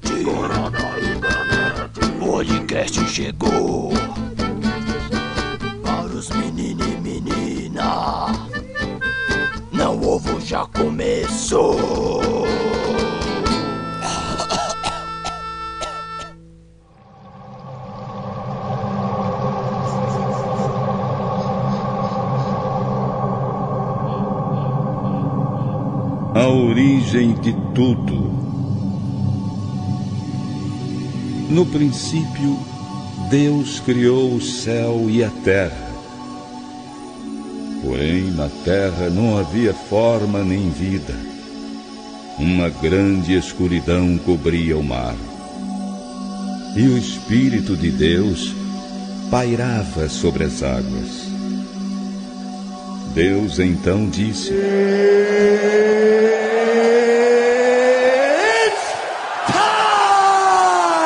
Piora na internet. Podcast chegou para os meninos e menina. Não ovo já começou. a origem de tudo. No princípio, Deus criou o céu e a terra. Porém, na terra não havia forma nem vida. Uma grande escuridão cobria o mar. E o Espírito de Deus pairava sobre as águas. Deus então disse: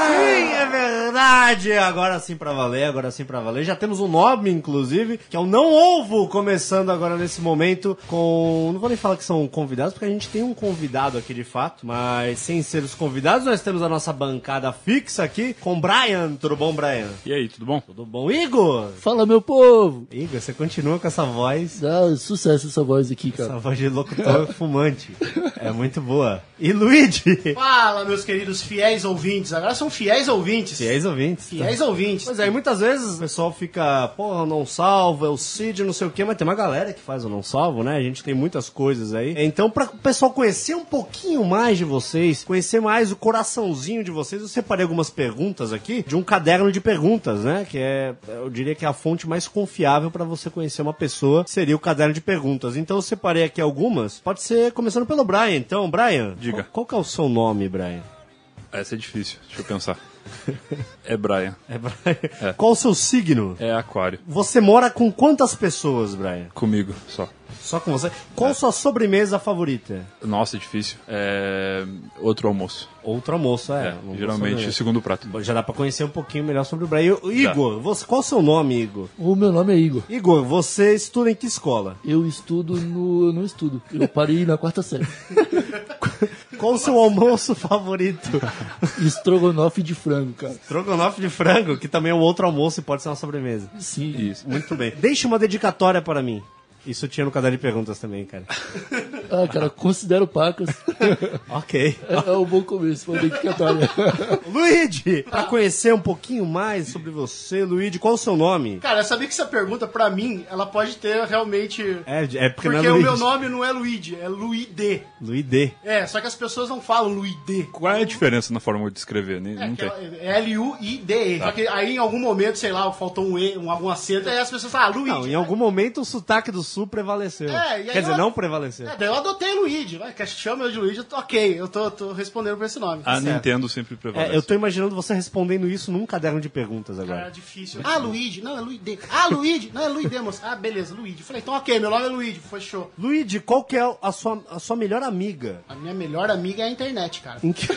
Sim, é verdade! Agora sim pra valer, agora sim pra valer. Já temos um nome, inclusive, que é o Não Ovo, começando agora nesse momento com... Não vou nem falar que são convidados, porque a gente tem um convidado aqui de fato, mas sem ser os convidados, nós temos a nossa bancada fixa aqui com Brian. Tudo bom, Brian? E aí, tudo bom? Tudo bom, Igor? Fala, meu povo! Igor, você continua com essa voz... Dá um sucesso essa voz aqui, Essa cara. voz de locutor fumante. É muito boa. E Luigi? Fala, meus queridos fiéis ouvintes. Agora são fiéis ouvintes. Fiéis ouvintes. Fiéis ouvintes. Pois é, e muitas vezes o pessoal fica, porra, não salvo, é o Cid, não sei o quê, mas tem uma galera que faz o não salvo, né? A gente tem muitas coisas aí. Então, pra o pessoal conhecer um pouquinho mais de vocês, conhecer mais o coraçãozinho de vocês, eu separei algumas perguntas aqui de um caderno de perguntas, né? Que é, eu diria que é a fonte mais confiável pra você conhecer uma pessoa, seria o caderno de perguntas. Então, eu separei aqui algumas. Pode ser começando pelo Brian. Então, Brian, Diga. Qual, qual que é o seu nome, Brian? Essa é difícil, deixa eu pensar. É Brian, É Brian. Qual o seu signo? é Aquário, Você mora com quantas pessoas, Brian? comigo só. Só com você? Qual sua sobremesa favorita? Nossa, é difícil. É outro almoço. Outro almoço, é. É, Uma boa geralmente, sobremesa. segundo prato. Já dá pra conhecer um pouquinho melhor sobre o Brian. E- Igor, você, qual o seu nome, Igor? O meu nome é Igor. Igor, você estuda em que escola? Eu estudo no. Eu não estudo. Eu parei na quarta série. Qual o seu almoço favorito? Estrogonofe de frango, cara. Trogonofe de frango, que também é um outro almoço e pode ser uma sobremesa. Sim. Isso. Muito bem. Deixe uma dedicatória para mim. Isso tinha no caderno de perguntas também, cara. Ah, cara, considero pacas. ok. É, é um bom começo, foi bem dedicatória. Luigi, pra conhecer um pouquinho mais sobre você, Luigi, qual o seu nome? Cara, eu sabia que essa pergunta, pra mim, ela pode ter realmente. É, é porque, não Porque é o Luigi. meu nome não é Luigi, é Luide. Luide. É, só que as pessoas não falam Luide. Qual é a diferença na forma de escrever? Né? É, Não que tem. é L-U-I-D-E. Tá. Só que aí em algum momento, sei lá, faltou um E, um, algum acento, aí as pessoas falam, ah, Luigi. Não, em algum momento o sotaque do sul prevaleceu. É, e aí Quer dizer, eu- não prevaleceu. É, daí eu adotei Luigi, vai, que chama eu de Luigi, eu tô- ok, eu tô, tô respondendo pra esse nome. A certo. Nintendo sempre prevalece. É, eu tô imaginando você respondendo isso num caderno de perguntas Cara, agora. difícil. Ah, Luigi. Não, é Luide. Ah, Luigi. Não, é Luide, moço. Ah, beleza, Luigi. Falei, então ok, meu nome é Luigi. Foi show. Luigi, qual que é a sua, a sua melhor amiga? A minha melhor amiga é a internet, cara. Em que-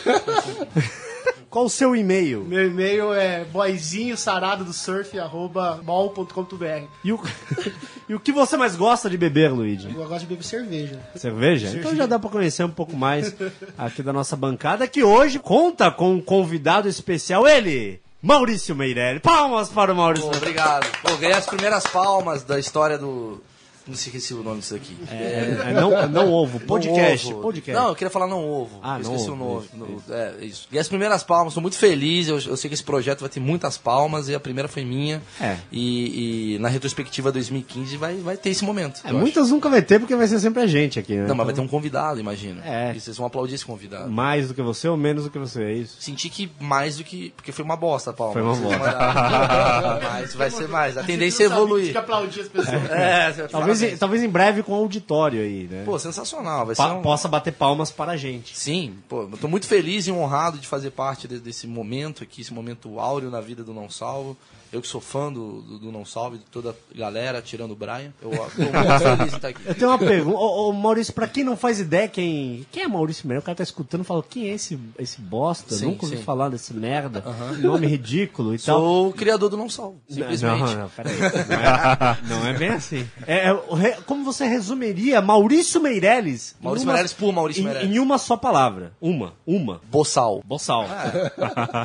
qual o seu e-mail? Meu e-mail é boizinho sarado do surf, arroba mol.com.br. E o... e o que você mais gosta de beber, Luigi? Eu gosto de beber cerveja. Cerveja? Então já dá pra conhecer um pouco mais aqui da nossa bancada, que hoje conta com um convidado especial, ele, Maurício Meirelli. Palmas para o Maurício Pô, Meirelli. obrigado. Pô, ganhei as primeiras palmas da história do. Não sei esqueci o nome disso aqui. É, não, não ovo, podcast. Não ovo. podcast. Não, eu queria falar não um ovo. Ah, eu não esqueci ovo, o nome. No- É, isso. E as primeiras palmas, tô muito feliz. Eu, eu sei que esse projeto vai ter muitas palmas e a primeira foi minha. É. E, e na retrospectiva 2015 vai, vai ter esse momento. É, eu acho. muitas nunca vai ter porque vai ser sempre a gente aqui, né? Não, mas vai ter um convidado, imagino. É. E vocês vão aplaudir esse convidado. Mais do que você ou menos do que você, é isso? Senti que mais do que. Porque foi uma bosta, a palma. Foi uma Vocês bosta. mandaram. mas Ah, vai ser mais. A tendência é Você não sabe, evoluir. Tem que aplaudir as pessoas. É, Talvez, parabéns. em, talvez em breve com auditório aí, né? Pô, sensacional. Vai Pa- ser um... Possa bater palmas para a gente. Sim, pô, eu tô muito feliz e honrado de fazer parte de- desse momento aqui, esse momento áureo na vida do Não Salvo. Eu que sou fã do, do, do Não Salvo, e de toda a galera, tirando o Brian. Eu ó, tô muito feliz em estar aqui. Eu tenho uma pergunta. Ô, ô, Maurício, pra quem não faz ideia, quem. Quem é Maurício Meirelli? O cara tá escutando e fala: quem é esse, esse bosta? Sim, Nunca ouvi sim. falar desse merda. Nome ridículo e tal. Sou o criador do Não Salvo, Não, simplesmente. Não, não, peraí. Não é, não é bem assim. É, é, re- como você resumiria Maurício Meirelles? em Maurício uma- Meirelles por Maurício em- Meirelles. Em uma só palavra. Uma. Uma. Boçal. Boçal.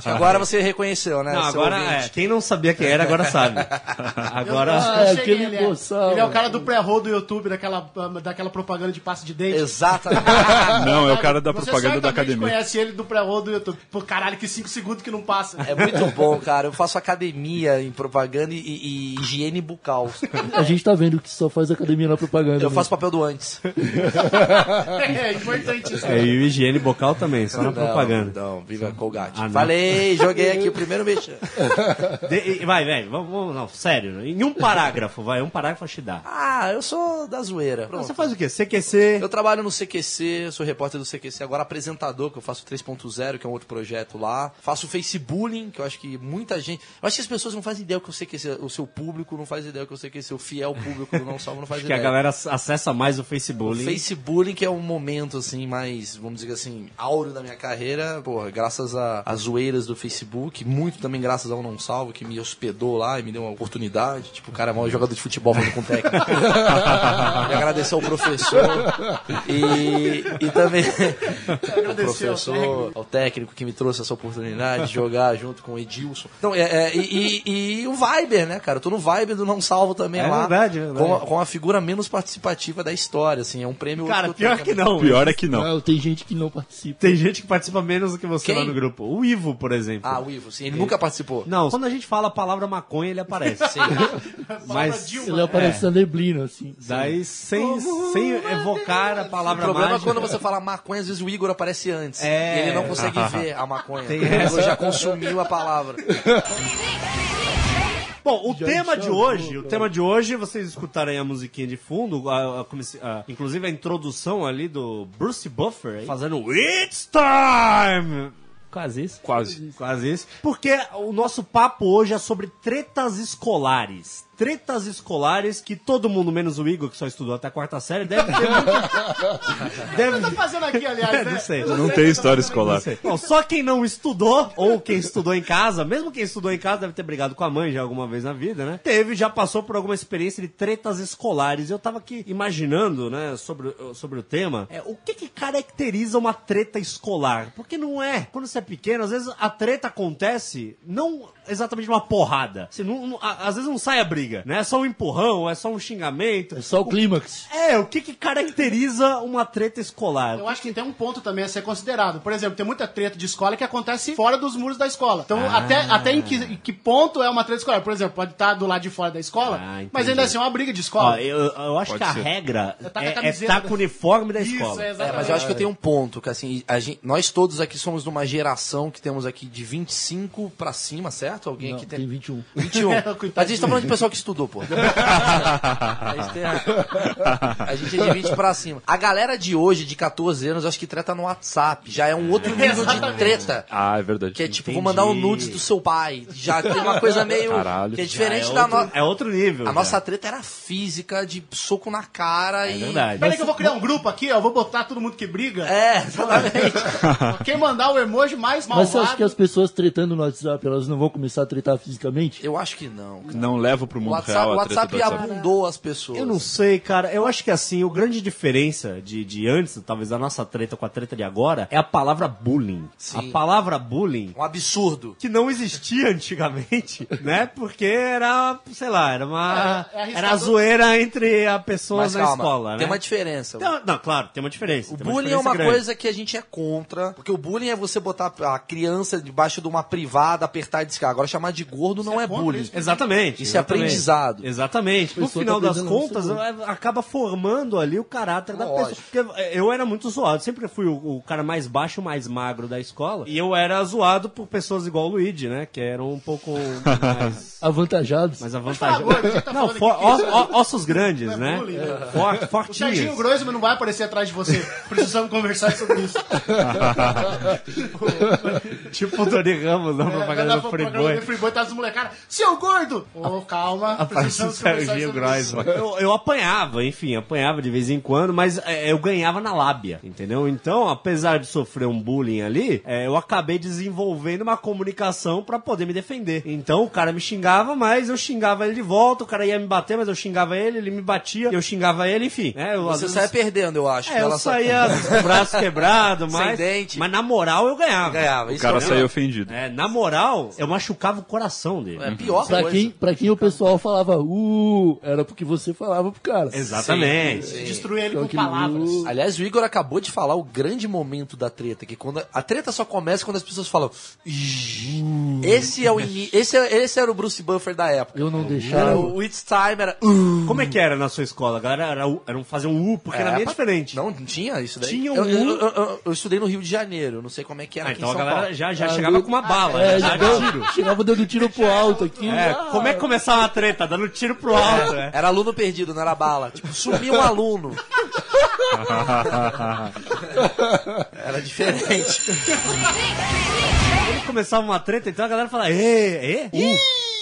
Agora você reconheceu, né? Não, Ah, seu agora, ouvinte? é, quem não sabia quem era, agora sabe. Agora. Ah, é Eu cheguei, aquele ele, é, boçal. ele é o cara do pré-roll do YouTube, daquela, ah, daquela propaganda de passe de dente. Exatamente. Não, é o cara da Você propaganda da certamente academia. conhece ele do pré-roll do YouTube. Pô, caralho, que 5 segundos que não passa. É muito bom, cara. Eu faço academia em propaganda e, e higiene bucal. A gente tá vendo que só faz academia na propaganda. Eu né? faço papel do antes. É importante isso. É, e o higiene bocal também, só na Não, é propaganda. Não, viva Colgate. Ah, não. Falei, joguei aqui o primeiro mês. De- e- vai, velho, vamos, vamos- não, sério. Em um parágrafo, vai, um parágrafo a te dar. Ah, eu sou da zoeira. Pronto. Você faz o quê? CQC. tá. Eu trabalho no CQC, sou repórter do CQC, agora apresentador, que eu faço 3.0, que é um outro projeto lá. Faço Facebook, que eu acho que muita gente. Eu acho que as pessoas não fazem ideia do que é o CQC, o seu público não faz ideia do que é o CQC, o fiel público do Não Salvo não faz Que a ideia. galera ac- acessa mais o Facebook. é Facebook que é um momento assim mais, vamos dizer assim, áureo da minha carreira, porra, graças a- às zoeiras do Facebook, muito também graças ao Não Salvo que me hospedou lá e me deu uma oportunidade, tipo, o cara é o maior jogador de futebol falando com o técnico. e agradecer ao professor e, e também ao Agradecer ao professor, ao técnico que me trouxe essa oportunidade de jogar junto com o Edilson. Então, é, é, e, e- e o Viber, né, cara? Eu tô no Viber do Não Salvo também É lá. verdade, é verdade. Com a- com a figura menos participativa da história, assim, é um prêmio... Cara, pior que não. Pior é que não. Ah, tem gente que não participa. Tem gente que participa menos do que você Quem? lá no grupo. O Ivo, por exemplo. Ah, o Ivo, sim, ele nunca participou. Não, quando a gente fala a palavra maconha, ele aparece. Mas é, Ele aparece É. na neblina, assim. daí sem, sem evocar a O palavra problema mágica. é quando você fala maconha, às vezes o Igor aparece antes. É. E ele não consegue ver a maconha. Tem o Igor essa. já consumiu a palavra. Bom, o Já tema de enxergou, hoje, o cara. tema de hoje, vocês escutarem a musiquinha de fundo, a- a- comece- a- inclusive a introdução ali do Bruce Buffer, aí, fazendo It's Time! Quase isso. Quase. Quase isso. Porque o nosso papo hoje é sobre tretas escolares. Tretas escolares que todo mundo, menos o Igor, que só estudou até a quarta série, deve ter muito- O que deve tá fazendo aqui, aliás, né? Não sei. Eu É, Não o que tem tá história fazendo aqui. escolar. Bom, só quem não estudou, ou quem estudou em casa, mesmo quem estudou em casa deve ter brigado com a mãe já alguma vez na vida, né? Teve, já passou por alguma experiência de tretas escolares. Eu tava aqui imaginando, né, sobre, o- sobre o tema, é, o que que caracteriza uma treta escolar? Porque não é. Quando você é pequeno, às vezes a treta acontece não exatamente uma porrada. Assim, não- não- a- às vezes não sai a briga, né? É só um empurrão, é só um xingamento. É só o clímax. É, o que que caracteriza uma treta escolar? Eu acho que tem um ponto também a ser considerado. Por exemplo, tem muita treta de escola que acontece fora dos muros da escola. Então, até, até em, que, em que ponto é uma treta escolar? Por exemplo, pode estar do lado de fora da escola, Ah, entendi. mas ainda assim é uma briga Ó, de escola. eu, eu acho Pode que a ser. regra tá com a é, é camiseta tá da- com o uniforme da Isso, escola. é É, exatamente. mas eu acho que eu tenho um ponto, que assim, a gente- nós todos aqui somos de uma geração que temos aqui de 25 pra cima, certo? Alguém Não, aqui tem 21. 21. É, A gente tá falando de pessoal que estudou, pô. a, gente tem a- a gente é de 20 pra cima. A galera de hoje, de 14 anos, acho que treta no WhatsApp. Já é um outro nível de treta. Ah, é verdade. Que é tipo, vou mandar o nudes do seu pai. Já tem uma coisa meio. Caralho. Que é Já É diferente outro, da nossa. é outro nível. A já. nossa treta era física, de soco na cara É e. verdade. Peraí que eu vou criar um grupo aqui, ó. Eu vou botar todo mundo que briga. É, exatamente. Quem mandar o emoji mais Mas malvado... você acha que as pessoas tretando no WhatsApp, elas não vão começar a tretar fisicamente? Eu acho que não. cara. Não leva pro O mundo WhatsApp, real o a treta WhatsApp né? do WhatsApp. abundou as pessoas. Eu não sei, cara. Eu acho que assim, o grande diferença de, de antes, talvez da nossa treta com a treta de agora, é a palavra bullying. Sim. A palavra bullying Um absurdo. que não existia antigamente, né? Porque era, sei lá, era uma É, é arriscado. era a zoeira entre a pessoa Mas na calma, escola, né? tem uma diferença. Então, não, claro, tem uma diferença. O tem uma bullying é diferença uma grande. coisa que a gente é contra, porque o bullying é você botar a criança debaixo de uma privada, apertar e descar. Agora chamar de gordo não é, contra bullying. isso? Exatamente. Isso é exatamente. aprendizado. Exatamente. No pessoa final tá das aprendendo contas, muito a- acaba formando ali o caráter da Lógico. pessoa. Porque é, eu era muito zoado. Sempre fui o, o cara mais baixo, mais magro da escola. E eu era zoado por pessoas igual o Luigi, né? Que eram um pouco mais. Avantajados. Mais agora, você avantajados. tá não, falando for- que isso- ó- ó- ossos grandes, Não é né? bullying, Forte, O Serginho fortinhos. Groisman não vai aparecer atrás de você. Precisamos conversar sobre isso. Tipo o Tony Ramos na É, propaganda na do propaganda Freeboy. do Friboi tá as molecadas. Seu gordo! Ô, calma, Groisman. Precisamos conversar Serginho sobre isso. Groisman. Eu, eu apanhava, enfim, apanhava de vez em quando, mas é, eu ganhava na lábia, entendeu? Então, apesar de sofrer um bullying ali, é, eu acabei desenvolvendo uma comunicação pra poder me defender. Então, o cara me xingava, mas eu xingava ele de volta, o cara ia me bater, mas eu xingava ele, ele me batia, eu xingava ele, enfim. né? Eu, às Você vezes- sai perdendo, eu acho. É, eu pela sua- saía às vezes com o braço quebrado, Sem mas, dente. mas na moral eu ganhava. Ganhava. O Isso cara que eu- saiu ofendido. É, na moral, eu machucava o coração dele. É a pior Pra coisa. quem, pra quem o pessoal falava, uh, era porque você falava pro cara. Exatamente. Sim, sim. Destruir ele Então, com aquele palavras. uh, Aliás, o Igor acabou de falar o grande momento da treta, que quando a, a treta só começa quando as pessoas falam. "Ih". Esse é o ini- esse, é- esse era o Bruce Buffer da época. Eu não Era deixava. o It's Time era. Como é que era na sua escola? A galera era, u- era um fazer um U, porque É, na minha é pa- diferente. Não, não tinha isso daí. Tinha um- eu, eu, eu- eu- eu estudei no Rio de Janeiro, não sei como é que era Ah, aqui então em a São galera Paulo. já, já chegava com uma bala, É, já deu- dava tiro. chegava dando tiro pro alto aqui. É, ah, como é que começava uma treta? Dando tiro pro alto, né? Era aluno perdido, não era bala. Tipo, sumiu um aluno. era diferente. Quando começava uma treta, então a galera falava, ê, ê, U.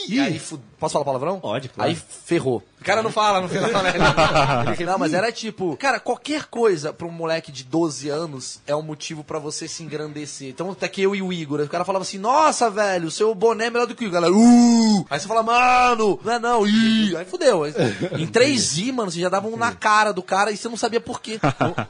E aí, fu- posso falar palavrão? Pode, claro. Aí ferrou. O cara não fala no final, né? Ele- Ele- Não, mas era tipo, cara, qualquer coisa pra um moleque de 12 anos é um motivo pra você se engrandecer. Então, até que eu e o Igor, o cara falava assim, nossa, velho, seu boné é melhor do que o Igor. Galera, uh! Aí você fala, mano, não é não, ih! Aí fudeu. Aí- Em 3i, mano, você já dava um na cara do cara e você não sabia por quê.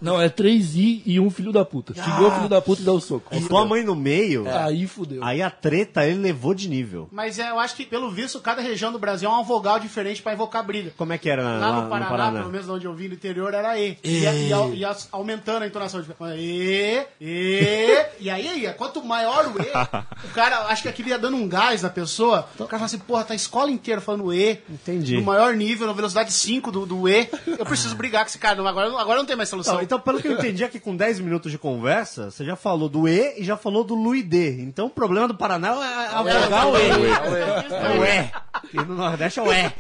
Não, é 3i e um filho da puta. Xingou o filho da puta e dá o soco. Botou a mãe no meio, Aí fudeu. aí a treta ele levou de nível. Mas é, eu acho que, pelo visto, cada região do Brasil é uma vogal diferente pra invocar briga. Como é que era na- Lá lá no Paraná, pelo menos onde eu vim, no interior, era E. E, a- e a- e as- aumentando a entonação. de E, E. E aí, aí, quanto maior o E, o cara, acho que aquilo ia dando um gás na pessoa. O cara fala assim, porra, tá a escola inteira falando E. Entendi. No maior nível, na velocidade 5 do, do E. Eu preciso brigar com esse cara. Não, Agora, agora não tem mais solução. Então, então, pelo que eu entendi aqui, com 10 minutos de conversa, você já falou do E e já falou do Luí D. Então o problema do Paraná é a um vogal E. um É o E. E no Nordeste é o E.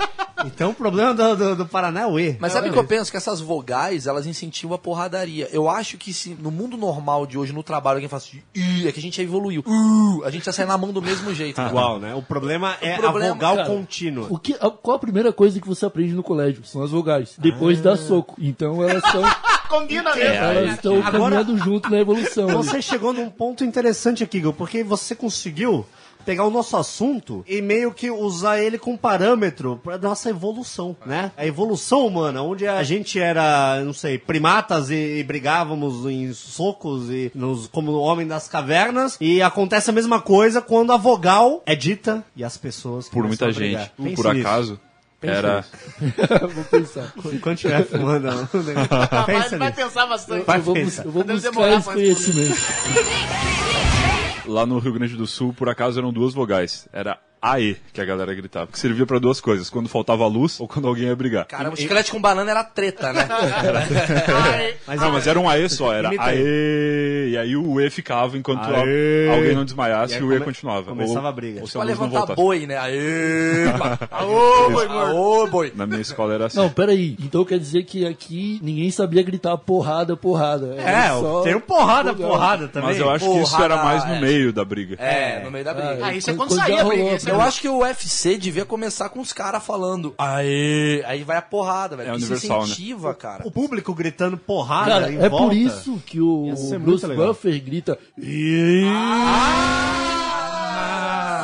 Então o problema do, do, do Paraná é o E. Mas sabe o que eu penso? Que essas vogais, elas incentivam a porradaria. Eu acho que se no mundo normal de hoje, no trabalho, alguém faz assim, "Ih", é que a gente já evoluiu. "Uh", a gente já sai na mão do mesmo jeito. Uau, né? O problema é problema, a vogal cara, contínua. O que, a- qual a primeira coisa que você aprende no colégio? São as vogais. Depois dá soco. Então elas estão É, É. Combina mesmo. elas estão Agora- caminhando junto na evolução. Você chegou num ponto interessante aqui, Gil, porque você conseguiu pegar o nosso assunto e meio que usar ele como parâmetro para nossa evolução, né? A evolução humana, onde a gente era, não sei, primatas e, e brigávamos em socos e nos como o homem das cavernas e acontece a mesma coisa quando a vogal é dita e as pessoas Por começam a muita brigar. gente. Pense Por nisso. acaso, Pense era. nisso. Vou pensar. Enquanto estiver fumando, o negócio. Ah, vai, é né? Pensa vai nisso. pensar bastante. Vai Eu vou, pensar. bus- eu vou Deve buscar demorar esse pra conhecimento. Lá no Rio Grande do Sul, por acaso, eram duas vogais. Era AE que a galera gritava. Que servia pra duas coisas: quando faltava luz ou quando alguém ia brigar. Cara, o chiclete com banana era treta, né? Ai, Mas não, mas era um AE só, era Imita aí. AE, e aí o E ficava enquanto a- Aê. alguém não E desmaiasse aí e, o E come- continuava. começava ou, a briga. Ou se a Pra luz não levantar voltasse. boi, né? Aê, pá. Aô, boi, morto. Aô, boi. Na minha escola era assim. Não, peraí. Então quer dizer que aqui ninguém sabia gritar porrada, porrada. É, Era só- tem o porrada, porrada também. mas eu acho que isso Porrada, era mais é. no meio da briga. É, no meio da briga. Ah, isso é Quando- quando, quando saía já a briga. rolou, isso é Eu acho que o UFC devia começar com os caras falando aê, aí vai a porrada, É velho. Isso universal, né? incentiva, cara. O público gritando porrada Cara, em é volta. por isso que o Ia ser muito Bruce legal. Buffer grita. "Ih".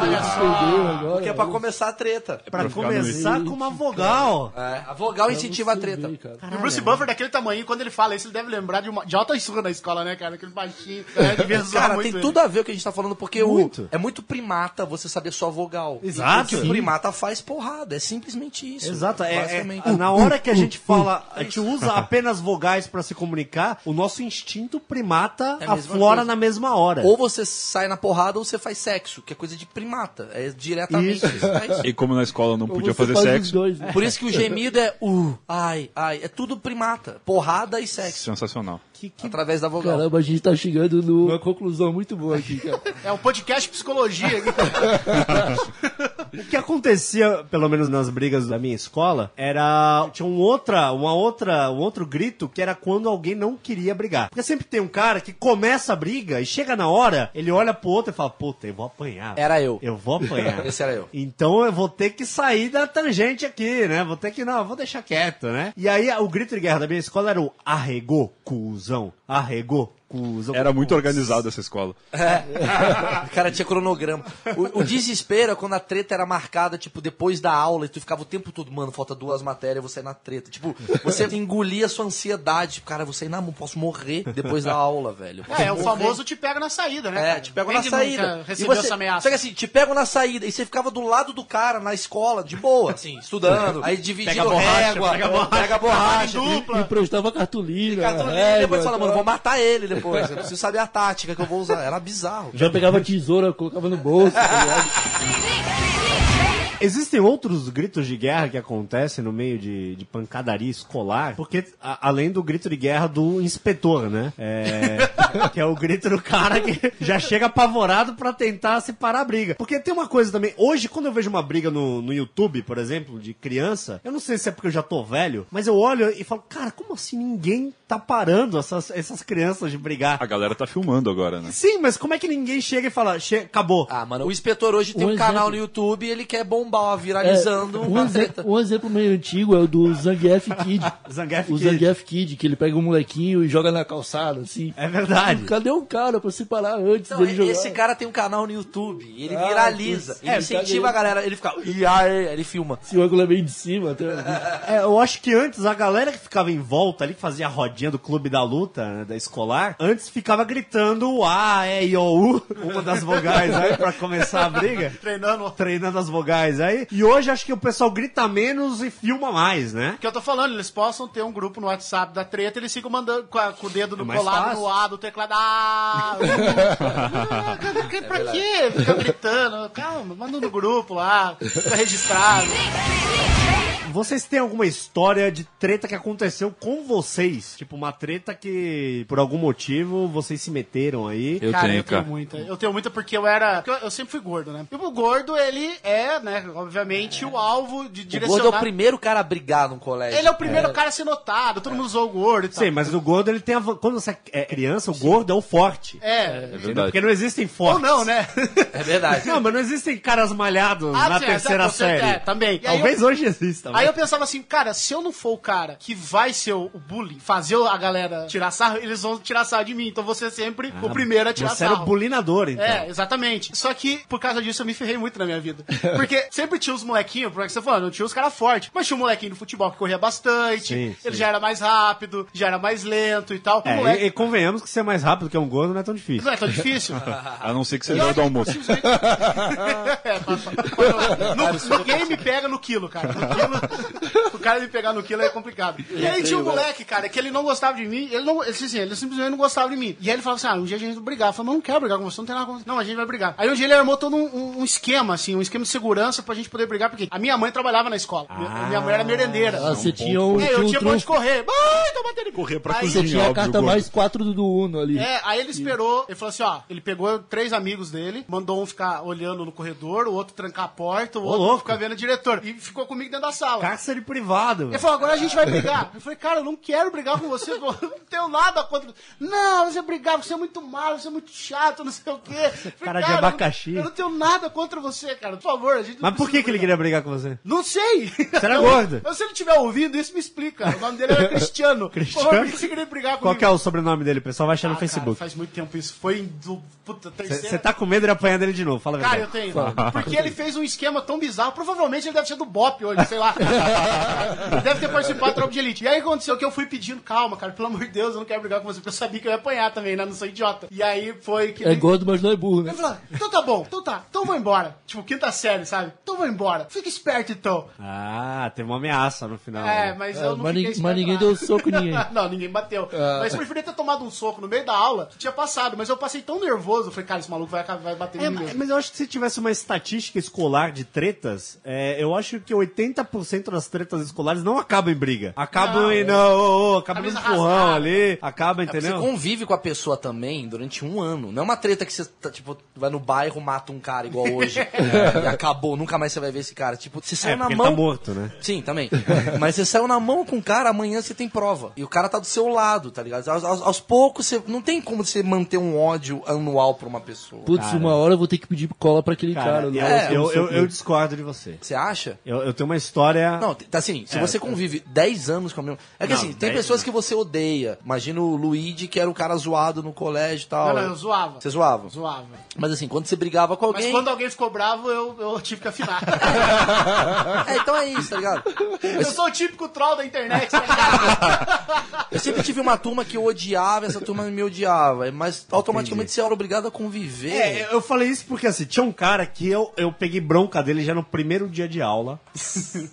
Você entendeu agora? Porque é pra começar a treta. Pra, pra ficar no começar meio. com uma vogal. É, a vogal incentiva a Você treta. vê, cara. E o Bruce Buffer, é daquele tamanho, quando ele fala isso, ele deve lembrar de, uma, de alta surra na escola, né, cara? Aquele baixinho. Né? Devia zoar Cara, muito tem ele. tudo a ver o que a gente tá falando, porque o- Muito. é muito primata você saber só vogal. Exato. O que Sim. o primata faz porrada, é simplesmente isso. Exato, é- é, basicamente. na hora que a Uh, gente fala, a gente usa apenas vogais pra se comunicar, o nosso instinto primata É a mesma aflora coisa. na mesma hora. Ou você sai na porrada ou você faz sexo, que é coisa de primata. É diretamente isso. É isso. E como na escola não Ou podia Então você fazer faz os sexo, dois, né? Por isso que o gemido é uh, ai, ai. É tudo primata. Porrada e sexo. sensacional. que, que através da vogal. Caramba, a gente tá chegando numa conclusão muito boa aqui, cara. É o podcast psicologia. O que acontecia, pelo menos nas brigas da minha escola, era tinha um outra, uma outra, um outro grito que era quando alguém não queria brigar. Porque sempre tem um cara que começa a briga e chega na hora, ele olha pro outro e fala: "Puta, eu vou apanhar". Era eu. Eu vou apanhar. Esse era eu. Então eu vou ter que sair da tangente aqui, né? Vou ter que não, eu vou deixar quieto, né? E aí o grito de guerra da minha escola era o arregou, cuzão. Arregou, cuzão. Era muito organizado essa escola. O cara tinha cronograma. O, o desespero é quando a treta era marcada, tipo, depois da aula e tu ficava o tempo todo, mano, falta duas matérias, você na treta. Tipo, você engolia a sua ansiedade. Tipo, cara, você não, posso morrer depois da aula, velho. Eu posso É, é o morrer. famoso te pega na saída, né? É, cara? te pego Quem na de saída. nunca E Recebeu você, essa ameaça. Só que assim, te pego na saída. E você ficava do lado do cara, na escola, de boa, assim, estudando. Aí dividindo Pega a borracha, régua, pega a borracha, pega a borracha. trabalho em dupla. Emprestava cartolina. É, Cartolina, régua, depois fala, mano, tal. vou matar ele depois. Eu preciso saber a tática que eu vou usar. Era bizarro. Já pegava tesoura, colocava no bolso, tá ligado? Existem outros gritos de guerra que acontecem no meio de, de pancadaria escolar, porque a- além do grito de guerra do inspetor, né? É, que é o grito do cara que já chega apavorado pra tentar separar a briga. Porque tem uma coisa também, hoje quando eu vejo uma briga no, no YouTube, por exemplo, de criança, eu não sei se é porque eu já tô velho, mas eu olho e falo, cara, como assim ninguém tá parando essas, essas crianças de brigar? A galera tá filmando agora, né? Sim, mas como é que ninguém chega e fala, "Che- acabou? Ah, mano, o inspetor hoje tem Um um, canal exemplo. no YouTube e ele quer bombar, ó, É, viralizando um, uma exe- treta. um exemplo meio antigo é o do Zangief Kid. Zangief o Kid. Zangief Kid, que ele pega um molequinho e joga na calçada, assim. É verdade. Então, Cadê o cara pra se parar antes Não, dele jogar? esse cara tem um canal no YouTube, e ele Ah, viraliza, putz, ele é, incentiva cadê? a galera, ele fica, e aí, ele filma. Se o ângulo é bem de cima, até. É, eu acho que antes a galera que ficava em volta ali, que fazia a rodinha do clube da luta, né, da escolar, antes ficava gritando o A, E, I, O, U, uma das vogais aí, pra começar a briga. Treinando. Treinando as vogais aí. E hoje acho que o pessoal grita menos e filma mais, né? Que eu tô falando, eles possam ter um grupo no WhatsApp da treta, eles ficam mandando com, a- com o É dedo no mais colado fácil. no A do teclado. Ah, ah, cara, que- pra quê? Fica gritando. Calma, manda no grupo lá, fica registrado. Vocês têm alguma história de treta que aconteceu com vocês? Tipo, uma treta que, por algum motivo, vocês se meteram aí. Eu cara, tenho, eu tenho cara. muita. Eu tenho muita porque eu era. porque Eu, eu sempre fui gordo, né? E o gordo, ele é, né, obviamente, o alvo O gordo é de o direcionar. primeiro cara a brigar num colégio. Ele é o primeiro cara a ser notado, todo mundo usou o gordo e tal. Sim, mas o gordo, ele tem a... van- Quando você é criança, o gordo é o forte. É. É verdade. Porque não existem fortes. Ou não, né? É verdade. Não, mas não existem caras malhados Ah, na sim, terceira é, série. é, também. E aí Talvez hoje exista. Aí mas- eu pensava assim, cara, se eu não for o cara que vai ser o o bullying, fazer a galera tirar sarro, eles vão tirar sarro de mim. Então você é sempre o primeiro a tirar Ah, Você sarro. era o bulinador, então. É, exatamente. Só que, por causa disso, eu me ferrei muito na minha vida. Porque sempre tinha os molequinhos, por que você falando, tinha os caras fortes. Mas tinha um molequinho do futebol que corria bastante, Sim, sim. ele já era mais rápido, já era mais lento e tal. O É, um moleque e, e convenhamos que ser mais rápido que um gordo não é tão difícil. não é tão difícil. A não ser que E seja o olha que do almoço. simplesmente- É, pa- pa- no- Ninguém me pega no quilo, cara. No quilo- o cara me pegar no quilo é complicado. E aí tinha um moleque, cara, que ele não gostava de mim. Ele não, ele, disse assim, ele simplesmente não gostava de mim. E aí ele falava assim: ah, um dia a gente vai brigar. Eu falei, mas eu não quero brigar com você, não tem nada com você. Não, a gente vai brigar. Aí um dia ele armou todo um, um- um esquema, assim, um esquema de segurança pra gente poder brigar, porque a minha mãe trabalhava na escola. Minha- minha mãe era merendeira. Ah, você tinha um, É, eu tinha truque. medo de correr. Ai, tô batendo em mim. Correr pra Aí- cozinha. Você tinha a óbvio, carta gordo. mais 4 do, do Uno ali. É, aí ele esperou, ele falou assim, ó, ele pegou três amigos dele, mandou um ficar olhando no corredor, o outro trancar a porta, o outro louco. ficar vendo o diretor. E ficou comigo dentro da sala. Cárcere privado. Ele falou, agora a gente vai brigar. Eu falei, cara, eu não quero brigar com você, eu não tenho nada contra você. Não, você brigava, você é muito malo, você é muito chato, não sei o quê. Eu falei, Cara de eu não- abacaxi." Eu não, tenho nada contra você, cara, por favor. A gente não Mas por que, precisa que ele brigar." queria brigar com você? Não sei. Você era Eu- gordo. Mas se ele tiver ouvido, isso me explica. O nome dele era Cristiano. Cristiano? Por favor, por que você queria brigar Qual comigo? que é o sobrenome dele? O pessoal vai achar Ah, no Facebook. Cara, faz muito tempo isso. Foi do, puta, terceira. Você tá com medo de apanhar dele de novo, fala a né? Cara, eu verdade. tenho. Porque ele fez um esquema tão bizarro. Provavelmente ele deve ser do Bop hoje, sei lá. Ele deve ter participado do Tropa de Elite. E aí aconteceu que eu fui pedindo, calma, cara, pelo amor de Deus, eu não quero brigar com você, porque eu sabia que eu ia apanhar também, né? Não sou idiota. E aí foi que. É gordo, mas não é burro, né? Ele falou, então tá bom, então tá, então vou embora. Tipo, quinta série, sabe? Então vou embora. Fica esperto então. Ah, teve uma ameaça no final. né? É, mas eu Ah, não mas fiquei ninguém- esperto mas ninguém nada. deu soco em ninguém. É. não, ninguém bateu. Mas preferia ter tomado um soco no meio da aula, que tinha passado. Mas eu passei tão nervoso, eu falei, cara, esse maluco vai, acabar- vai bater É, em mim mas mesmo. mas eu acho que se tivesse uma estatística escolar de tretas, é, eu acho que 80% 90% das tretas escolares não acabam em briga. Acabam em. Não, ô, ô, acaba no Cabeça empurrão rasgada. ali. Acaba, É porque você entendeu? convive com a pessoa também durante um ano. Não é uma treta que você, tá, tipo, vai no bairro, mata um cara igual hoje. e acabou, nunca mais você vai ver esse cara. Tipo, você saiu É, na porque ele mão. tá morto, né? Sim, também. Mas você saiu na mão com o cara, amanhã você tem prova. E o cara tá do seu lado, tá ligado? Aos, aos- aos poucos, você não tem como você manter um ódio anual pra uma pessoa. Putz, uma hora eu vou ter que pedir cola pra aquele cara. Cara, é, né? eu, eu, eu, eu eu- discordo de você. Você acha? Eu, eu tenho uma história. Não, t- assim, se É, você convive 10 anos com a mesma. É que Não, assim, tem 10 pessoas que você odeia. Imagina o Luigi, que era o cara zoado no colégio e tal. Não, não, eu zoava. Você zoava. Zoava. Mas assim, quando você brigava com Mas alguém. quando alguém ficou bravo, eu, eu tive que afinar. É, então é isso, tá ligado? eu sou o típico troll da internet. tá ligado? Eu sempre tive uma turma que eu odiava, essa turma me odiava. Mas automaticamente você era obrigado a conviver. É, eu- eu falei isso porque assim, tinha um cara que eu, eu peguei bronca dele já no primeiro dia de aula.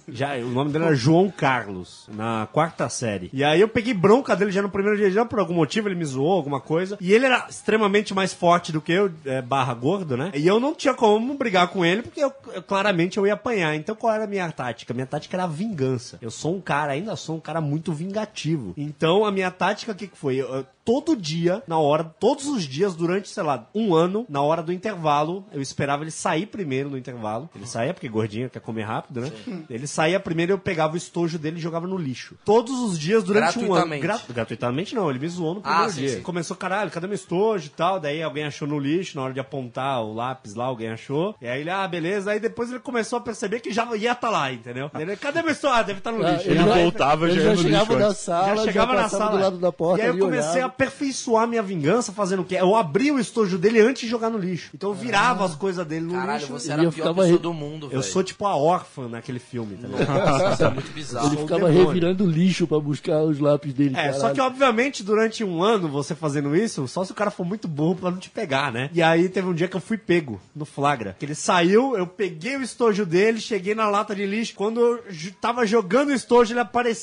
já, o nome dele era João Carlos, na quarta série. E aí eu peguei bronca dele já no primeiro dia de aula, por algum motivo, ele me zoou, alguma coisa. E ele era extremamente mais forte do que eu, é, barra gordo, né? E eu não tinha como brigar com ele, porque eu, eu- claramente eu ia apanhar. Então qual era a minha tática? Minha tática era a vingança. Eu sou um cara, ainda sou um cara muito vingativo. Então a minha tática, o que que foi? Eu- eu- todo dia, na hora, todos os dias, durante, sei lá, um ano, na hora do intervalo, eu esperava ele sair primeiro no intervalo. Ele saía, porque gordinho quer comer rápido, né? Ele saía primeiro eu pegava o estojo dele e jogava no lixo. Todos os dias, durante um ano. Gratuitamente. Gra- gratuitamente não, ele me zoou no primeiro Ah, sim, dia. sim. Começou, caralho, cadê meu estojo e tal? Daí alguém achou no lixo, na hora de apontar o lápis lá, alguém achou. E aí ele, ah, beleza. Aí depois ele começou a perceber que já ia estar lá, entendeu? Ele, cadê meu estojo? Ah, deve estar no Ah, lixo. ele Já não- voltava, ele já já, ia no chegava lixo na antes. sala, já chegava na passava sala do lado da porta. E aí eu ali, comecei a olhava. aperfeiçoar minha vingança fazendo o quê? Eu abri o estojo dele antes de jogar no lixo. Então Ah. eu virava as coisas dele no Caralho, lixo. você e era a eu pior ficava pessoa re- do mundo, velho. Eu sou tipo a órfã naquele filme, tá ligado? Isso é muito bizarro. Ele ficava demônio. revirando lixo pra buscar os lápis dele. É, só caralho. que obviamente durante um ano você fazendo isso, só se o cara for muito burro pra não te pegar, né? E aí teve um dia que eu fui pego no flagra. Que ele saiu, eu peguei o estojo dele, cheguei na lata de lixo. Quando eu ju- tava jogando o estojo, ele apareceu.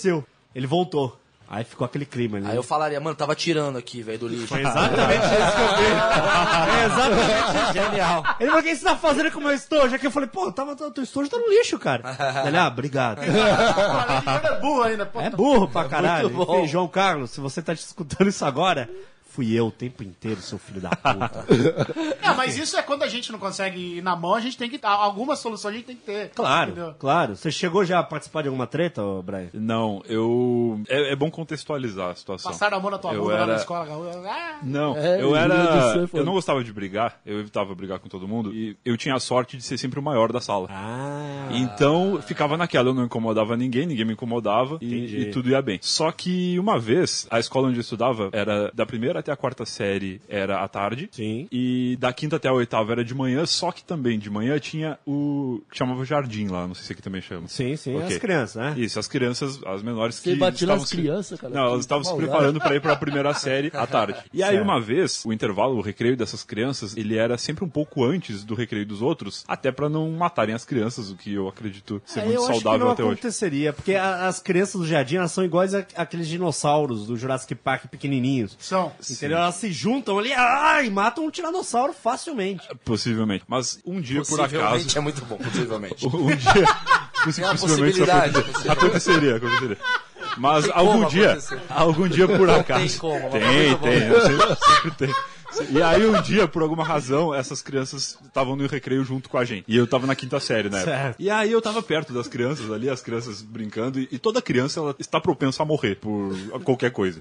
Ele voltou. Aí ficou aquele clima né? ali. Aí eu falaria, mano, tava tirando aqui, velho, do lixo. Foi exatamente isso que eu vi. É exatamente isso. Genial. Ele falou, o que você tá fazendo com o meu estojo? Aqui eu falei, pô, tava, teu estojo tá no lixo, cara. Ele, ah, obrigado. Além de tudo, é burro ainda. pô. É burro pra caralho. Muito bom. Enfim, João Carlos, se você tá te escutando isso agora, fui eu o tempo inteiro, seu filho da puta. É, mas isso é quando a gente não consegue ir na mão, a gente tem que. Alguma solução a gente tem que ter. claro, Entendeu? claro. Você chegou já a participar de alguma treta, ô Brian? Não, eu. É, é bom contextualizar a situação. Passaram a mão na tua Eu bunda lá era- na escola. gaúcha. Ah, Não, É, eu o Júlio do era. Surf, Eu não olha. gostava de brigar, eu evitava brigar com todo mundo, e eu tinha a sorte de ser sempre o maior da sala. Ah. Então ficava naquela, eu não incomodava ninguém, ninguém me incomodava e, e tudo ia bem. Só que uma vez, a escola onde eu estudava era da primeira até a quarta série era à tarde. Sim. E da quinta até a oitava era de manhã, só que também de manhã tinha o que chamava jardim lá, não sei se aqui também chama. Sim, sim, Ok. as crianças, né? Isso, as criças, as menores Você que batia estavam nas se- crianças, cara? Não, Que elas estavam se maldade. preparando pra ir pra primeira série à tarde. E aí Certo. uma vez, o intervalo, o recreio dessas crianças, ele era sempre um pouco antes do recreio dos outros, até pra não matarem as crianças, o que eu acredito ser Ah, é muito eu acho que saudável não até hoje. aconteceria, porque a- as crianças do jardim elas são iguais a- àqueles dinossauros do Jurassic Park pequenininhos. são. Entendeu? Elas se juntam ali ai, e matam um tiranossauro facilmente. Possivelmente. Mas um dia, por acaso, Possivelmente é muito bom, possivelmente. um dia. possi- É uma possivelmente isso possibilidade, acontecer- possivelmente. aconteceria, aconteceria. Mas Tem algum como dia, acontecer. algum dia por acaso. como, mas tem, muito bom. tem, eu sempre, sempre tem. E aí um dia, por alguma razão, essas crianças estavam no recreio junto com a gente. E eu tava na quinta série, né? Certo. E aí eu tava perto das crianças ali, as crianças brincando, e, e toda criança ela está propensa a morrer por qualquer coisa.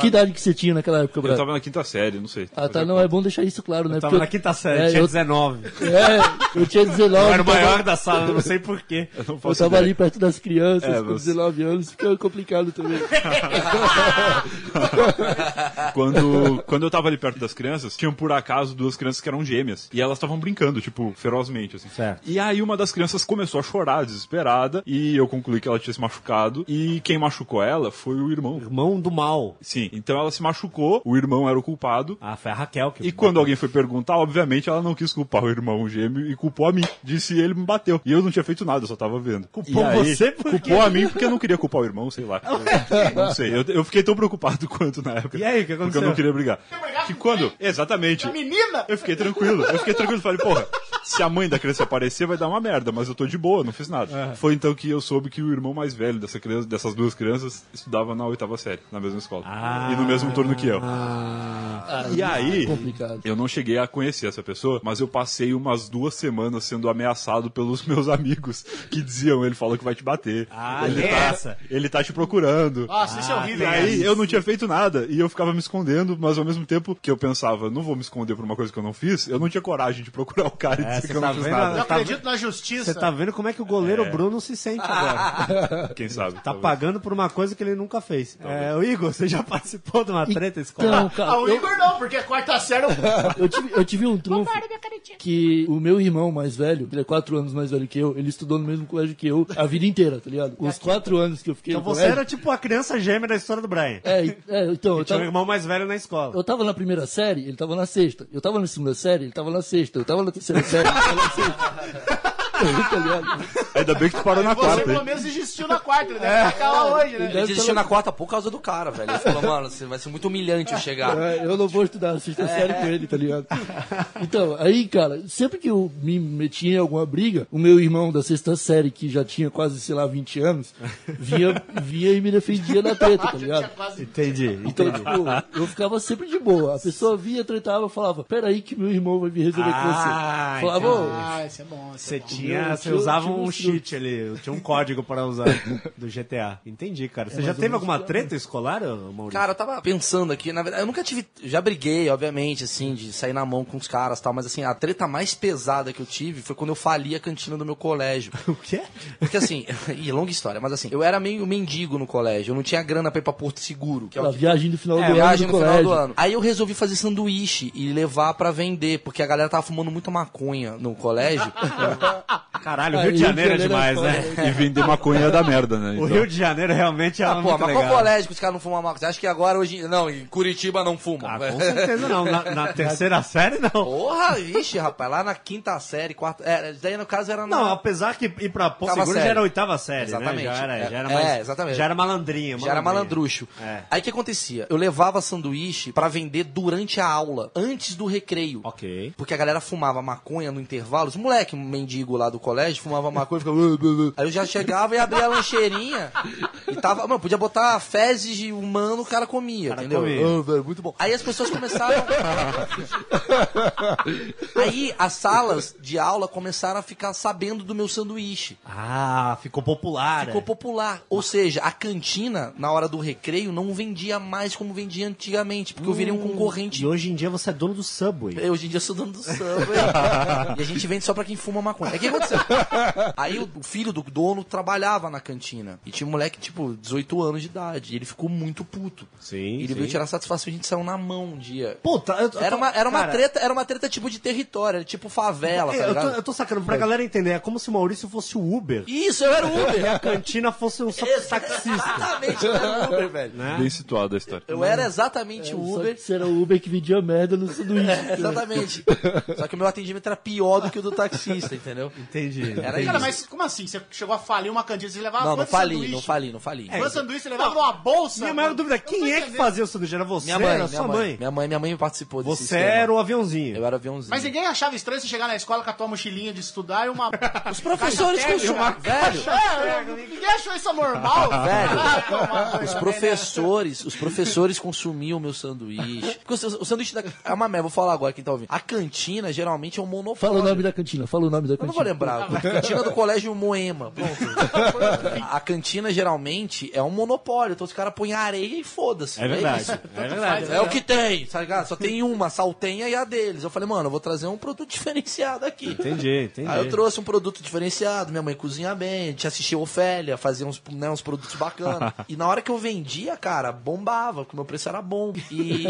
Que idade que você tinha naquela época, Eu Brad? tava na quinta série, não sei. Ah, tá, não, é bom deixar isso claro, né? Tava Porque na quinta série, é, tinha eu- 19. É, eu tinha 19. Eu era o tava- maior da sala, eu não sei porquê. Não Eu faço tava ideia. ali perto das crianças, É, com você- 19 anos, fica complicado também. Quando, quando eu tava ali perto das crianças, tinham por acaso duas crianças que eram gêmeas. E elas estavam brincando, tipo, ferozmente, assim. Certo. E aí uma das crianças começou a chorar, desesperada. E eu concluí que ela tinha se machucado. E quem machucou ela foi o irmão. Irmão do mal. Sim. Então ela se machucou, o irmão era o culpado. Ah, foi a Raquel que. E quando alguém foi perguntar, obviamente ela não quis culpar o irmão gêmeo e culpou a mim. Disse ele me bateu. E eu não tinha feito nada, eu só tava vendo. Culpou E aí, você por quê? Culpou a mim porque eu não queria culpar o irmão, sei lá. não sei. Eu, eu fiquei tão preocupado quanto na época. E aí, o que Porque aconteceu? eu não queria brigar. brigava Que com quando? Exatamente. A menina? Eu fiquei tranquilo. Eu fiquei tranquilo. Falei, porra, se a mãe da criança aparecer, vai dar uma merda, mas eu tô de boa, não fiz É. nada. Foi então que eu soube que o irmão mais velho dessa criança, dessas duas crianças estudava na oitava série, na mesma escola. Ah. e no mesmo turno que eu. e aí, complicado. eu não cheguei a conhecer essa pessoa, mas eu passei umas duas semanas sendo ameaçado pelos meus amigos que diziam: ele falou que vai te bater. Ah, ele, tem tá, essa. Ah, ele tá te procurando. Nossa, isso é E horrível. aí né? eu não tinha feito nada e eu ficava me escondendo, mas ao mesmo tempo que eu pensava, não vou me esconder por uma coisa que eu não fiz, eu não tinha coragem de procurar o É, cara e dizer você que eu tá não fiz vendo? Eu nada. tá- acredito na justiça. Você tá vendo como é que o goleiro Bruno se sente agora. Quem sabe? Tá talvez. pagando por uma coisa que ele nunca fez. É, o Igor, você já participou de uma treta escolar? Então, cara, Ah, o eu, Igor não, porque é quarta série. eu- eu tive, eu tive um trunfo que o meu irmão mais velho, ele é quatro anos mais velho que eu, ele estudou no mesmo colégio que eu a vida inteira, tá ligado? Os quatro anos que eu fiquei Então no você colégio... era tipo a criança gêmea da história do Brian. É, e- é, então, é. eu Tinha um tava, irmão mais velho na escola. eu tava na primeira série, ele tava na sexta. Eu tava na segunda série, ele tava na sexta. Eu tava na terceira série, ele tava na sexta. tá ligado? Ainda bem que tu parou na Você quarta, pelo hein? menos existiu na quarta, né? Tá cá hoje, né? Ele desistiu na quarta por causa do cara, velho. Ele falou, mano, você- vai ser muito humilhante eu chegar. É, eu não vou estudar sexta série com ele, tá ligado? Então, aí, cara, sempre que eu me metia em alguma briga, o meu irmão da sexta série, que já tinha quase, sei lá, 20 anos, vinha, vinha e me defendia na treta, tá Tinha ligado? quase... Entendi. Então, tipo, eu ficava sempre de boa. A pessoa vinha, tretava, falava, peraí que meu irmão vai vir resolver Ah, com você. Falava, "Ô, Ah, isso é bom. Isso Você é bom. tinha, Meu, você eu usava tive um uns cheat ali, tinha um código para usar do GTA. Entendi, cara. É Você já teve alguma treta escolar, ô, Maurício? Cara, eu tava pensando aqui, na verdade, eu nunca tive. Já briguei, obviamente, assim, de sair na mão com os caras e tal, mas assim, a treta mais pesada que eu tive foi quando eu fali a cantina do meu colégio. o quê? Porque assim, e longa história, mas assim, eu era meio mendigo no colégio, eu não tinha grana pra ir pra Porto Seguro, que é a o que viagem do final é, do ano viagem do no final colégio. do ano. Aí eu resolvi fazer sanduíche e levar pra vender, porque a galera tava fumando muita maconha no colégio. Ah, Caralho, o Ah, Rio de Janeiro é Janeiro é demais, né? foda. E vender maconha é da merda, né? O Então, Rio de Janeiro realmente é Ah, pô, muito mas qual legal. colégio que os caras não fumam maconha? Você acha que agora hoje. Não, em Curitiba não fumam. Ah, com certeza não. Na, na terceira série, não. Porra, ixi, rapaz, lá na quinta série, quarta. É, daí no caso era na. Não, apesar que ir pra Porto Oitava Seguro já série. era a oitava série, Exatamente. né? Já era, já era É, mais, exatamente. Já era malandrinha, Já era malandrinha. malandrucho. É. Aí o que acontecia? Eu levava sanduíche pra vender durante a aula, antes do recreio. Ok. Porque a galera fumava maconha no intervalo. Os moleque, um mendigo lá do colégio, fumava maconha e ficava. "Uh, uh, uh". Aí eu já chegava e abria a lancheirinha. e tava. Mano, podia botar fezes de humano, o cara comia, entendeu? comia. "Ah, velho, muito bom. Aí as pessoas começaram. Aí as salas de aula começaram a ficar sabendo do meu sanduíche. Ah, ficou popular. é. Ficou popular. Ou seja, a cantina, na hora do recreio, não vendia mais como vendia antigamente, porque eu virei um Hum, E concorrente. hoje em dia você é dono do Subway. Eu, Hoje em dia eu sou dono do samba. e a gente vende só pra quem fuma maconha. Aí o que aconteceu? Aí o o filho do dono trabalhava na cantina. E tinha um moleque, tipo, 18 anos de idade. E ele ficou muito puto. Sim, E ele sim. veio tirar satisfação e a gente saiu na mão um dia. Puta, eu, Era uma, era uma cara, treta, era uma treta tipo de território, era tipo favela, tá É, Eu tô, ligado? eu tô sacando, pra galera entender, é como se o Maurício fosse o Uber. Isso, eu era o Uber. E a cantina fosse um só taxista. né? Exatamente, eu era o Uber, velho. Bem situada a história. Eu era É, exatamente o Uber. Uber. Só que era o Uber que vendia merda no sanduíche. É, exatamente. Só que o meu atendimento era pior do que o do taxista, entendeu? Entendi. Era Cara, isso. mas como assim? Você chegou a falir uma cantina, você levava Não, não quantos fali, sanduíches? não fali, não fali. É, Quantos sanduíches você levava numa bolsa? Minha maior dúvida é Eu não quem tô é que entendendo. fazia o sanduíche? Era você, Minha mãe, era minha sua mãe. mãe? Minha mãe, minha mãe participou desse Você sistema. era o aviãozinho. Eu era um aviãozinho. Mas então, ninguém achava estranho você chegar na escola com a tua mochilinha de estudar e uma. Os professores consumavam. Velho, É, ninguém achou isso normal? Velho, Ah, toma, coisa, os né? professores, os professores consumiam meu sanduíche. Porque o, san- o sanduíche da. É uma merda, vou falar agora quem tá ouvindo. A cantina geralmente é um monopólio. Fala o nome da cantina, fala o nome da Eu cantina. não vou lembrar. Cantina do Colégio Moema. Pronto. A cantina geralmente é um monopólio. Então os caras põem areia e foda-se. É verdade. isso. É verdade. É o que tem, tá ligado? Só tem uma, a saltenha e a deles. Eu falei, mano, eu vou trazer um produto diferenciado aqui. Entendi, entendi. Aí eu trouxe um produto diferenciado, minha mãe cozinha bem, a gente assistia Ofélia, fazia uns, né, uns produtos bacanas. e na hora que eu vendia, cara, bombava, porque o meu preço era bom. E.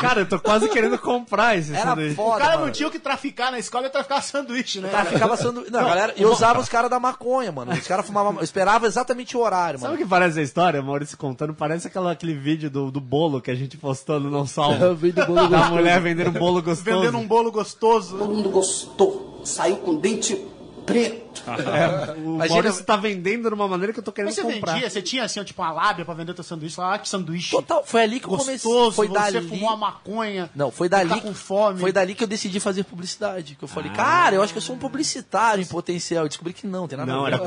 Cara, eu tô quase querendo comprar esse Era sanduíche. foda. O cara mano. Tá não tinha o que traficar na escola, ia traficar sanduíche, né? Cara, ficava sendo. Não, galera, eu usava os caras da maconha, mano. Os caras fumavam. Eu esperava exatamente o horário, Sabe o mano. que parece a história, Maurício contando? Parece aquela, aquele vídeo do, do bolo que a gente postou no Não Salva. Vem do bolo Tá da gostoso. mulher vendendo um bolo gostoso. Vendendo um bolo gostoso. Todo mundo gostou. Saiu com dente preto. barato. O Mas Maurício ele- tá vendendo de uma maneira que eu tô querendo Mas você comprar. vendia, você tinha assim, tipo, uma lábia pra vender teu sanduíche. Ah, que sanduíche Total, foi ali que eu comecei. gostoso, Foi você dali. fumou uma maconha. Não, foi dali. Tá com fome. Foi dali que eu decidi fazer publicidade. Que eu falei, Ah. cara, eu acho que eu sou um publicitário em potencial. Eu descobri que não, tem nada a Não, ver. era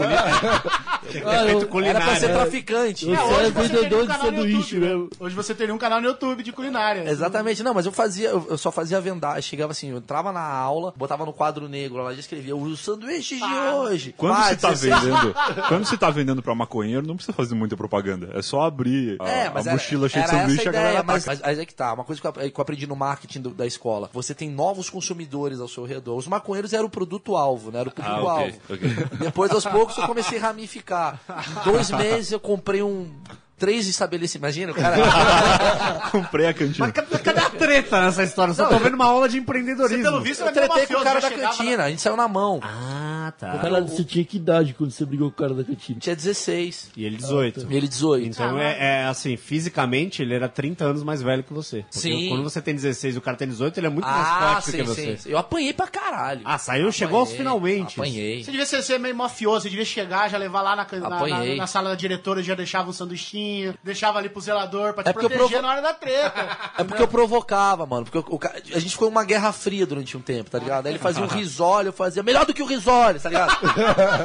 Ah, eu- Era pra ser traficante. Eu É, sou hoje você teria vendedor um de canal no sanduíche YouTube, né? mesmo. Hoje você teria um canal no YouTube de culinária. É Exatamente, não, mas eu fazia, eu eu só fazia vendagem, chegava assim, eu entrava na aula, botava no quadro negro lá, já escrevia o sanduíche de hoje. Assim, Quando Pá, você tá 16. vendendo, quando você tá vendendo pra maconheiro, não precisa fazer muita propaganda. É só abrir a, É, mas a era- mochila cheia de era sanduíche e a essa a ideia, galera ataca. mas, mas aí é que tá, uma coisa que eu, apre- que eu aprendi no marketing do- da escola. Você tem novos consumidores ao seu redor. Os maconheiros eram o produto-alvo, né? Era o Ah, ok, público-alvo. ok. Depois, aos poucos, eu comecei a ramificar. Em dois meses eu comprei um. Três estabelecimentos. Imagina, o cara. Comprei a cantina. Cadê, cadê a treta nessa história? Eu Só tô vendo uma aula de empreendedorismo. Pelo visto, Eu era meio tretei com o mafioso, cara já da chegava cantina, a gente saiu na mão. Ah, tá. Cara, você tinha que idade quando você brigou com o cara da cantina? Tinha 16. E ele 18. Ah, tá. Ele 18. Então é, é, assim, fisicamente ele era 30 anos mais velho que você. Porque Sim. Quando você tem 16 e o cara tem 18, ele é muito mais Ah, forte do sim, que você. sim. Eu apanhei pra caralho. Ah, saiu, chegou aos finalmente. Apanhei. Você devia ser, ser meio mafioso, você devia chegar, já levar lá na, can- na, na, Apanhei. na sala da diretora, já deixava um sanduichinho, deixava ali pro zelador pra te É porque eu proteger provo- na hora da treta. É porque eu provocava, mano. Porque o ca- a gente ficou uma guerra fria durante um tempo, tá ligado? Aí ele fazia um risório, eu fazia melhor do que o risório, tá ligado?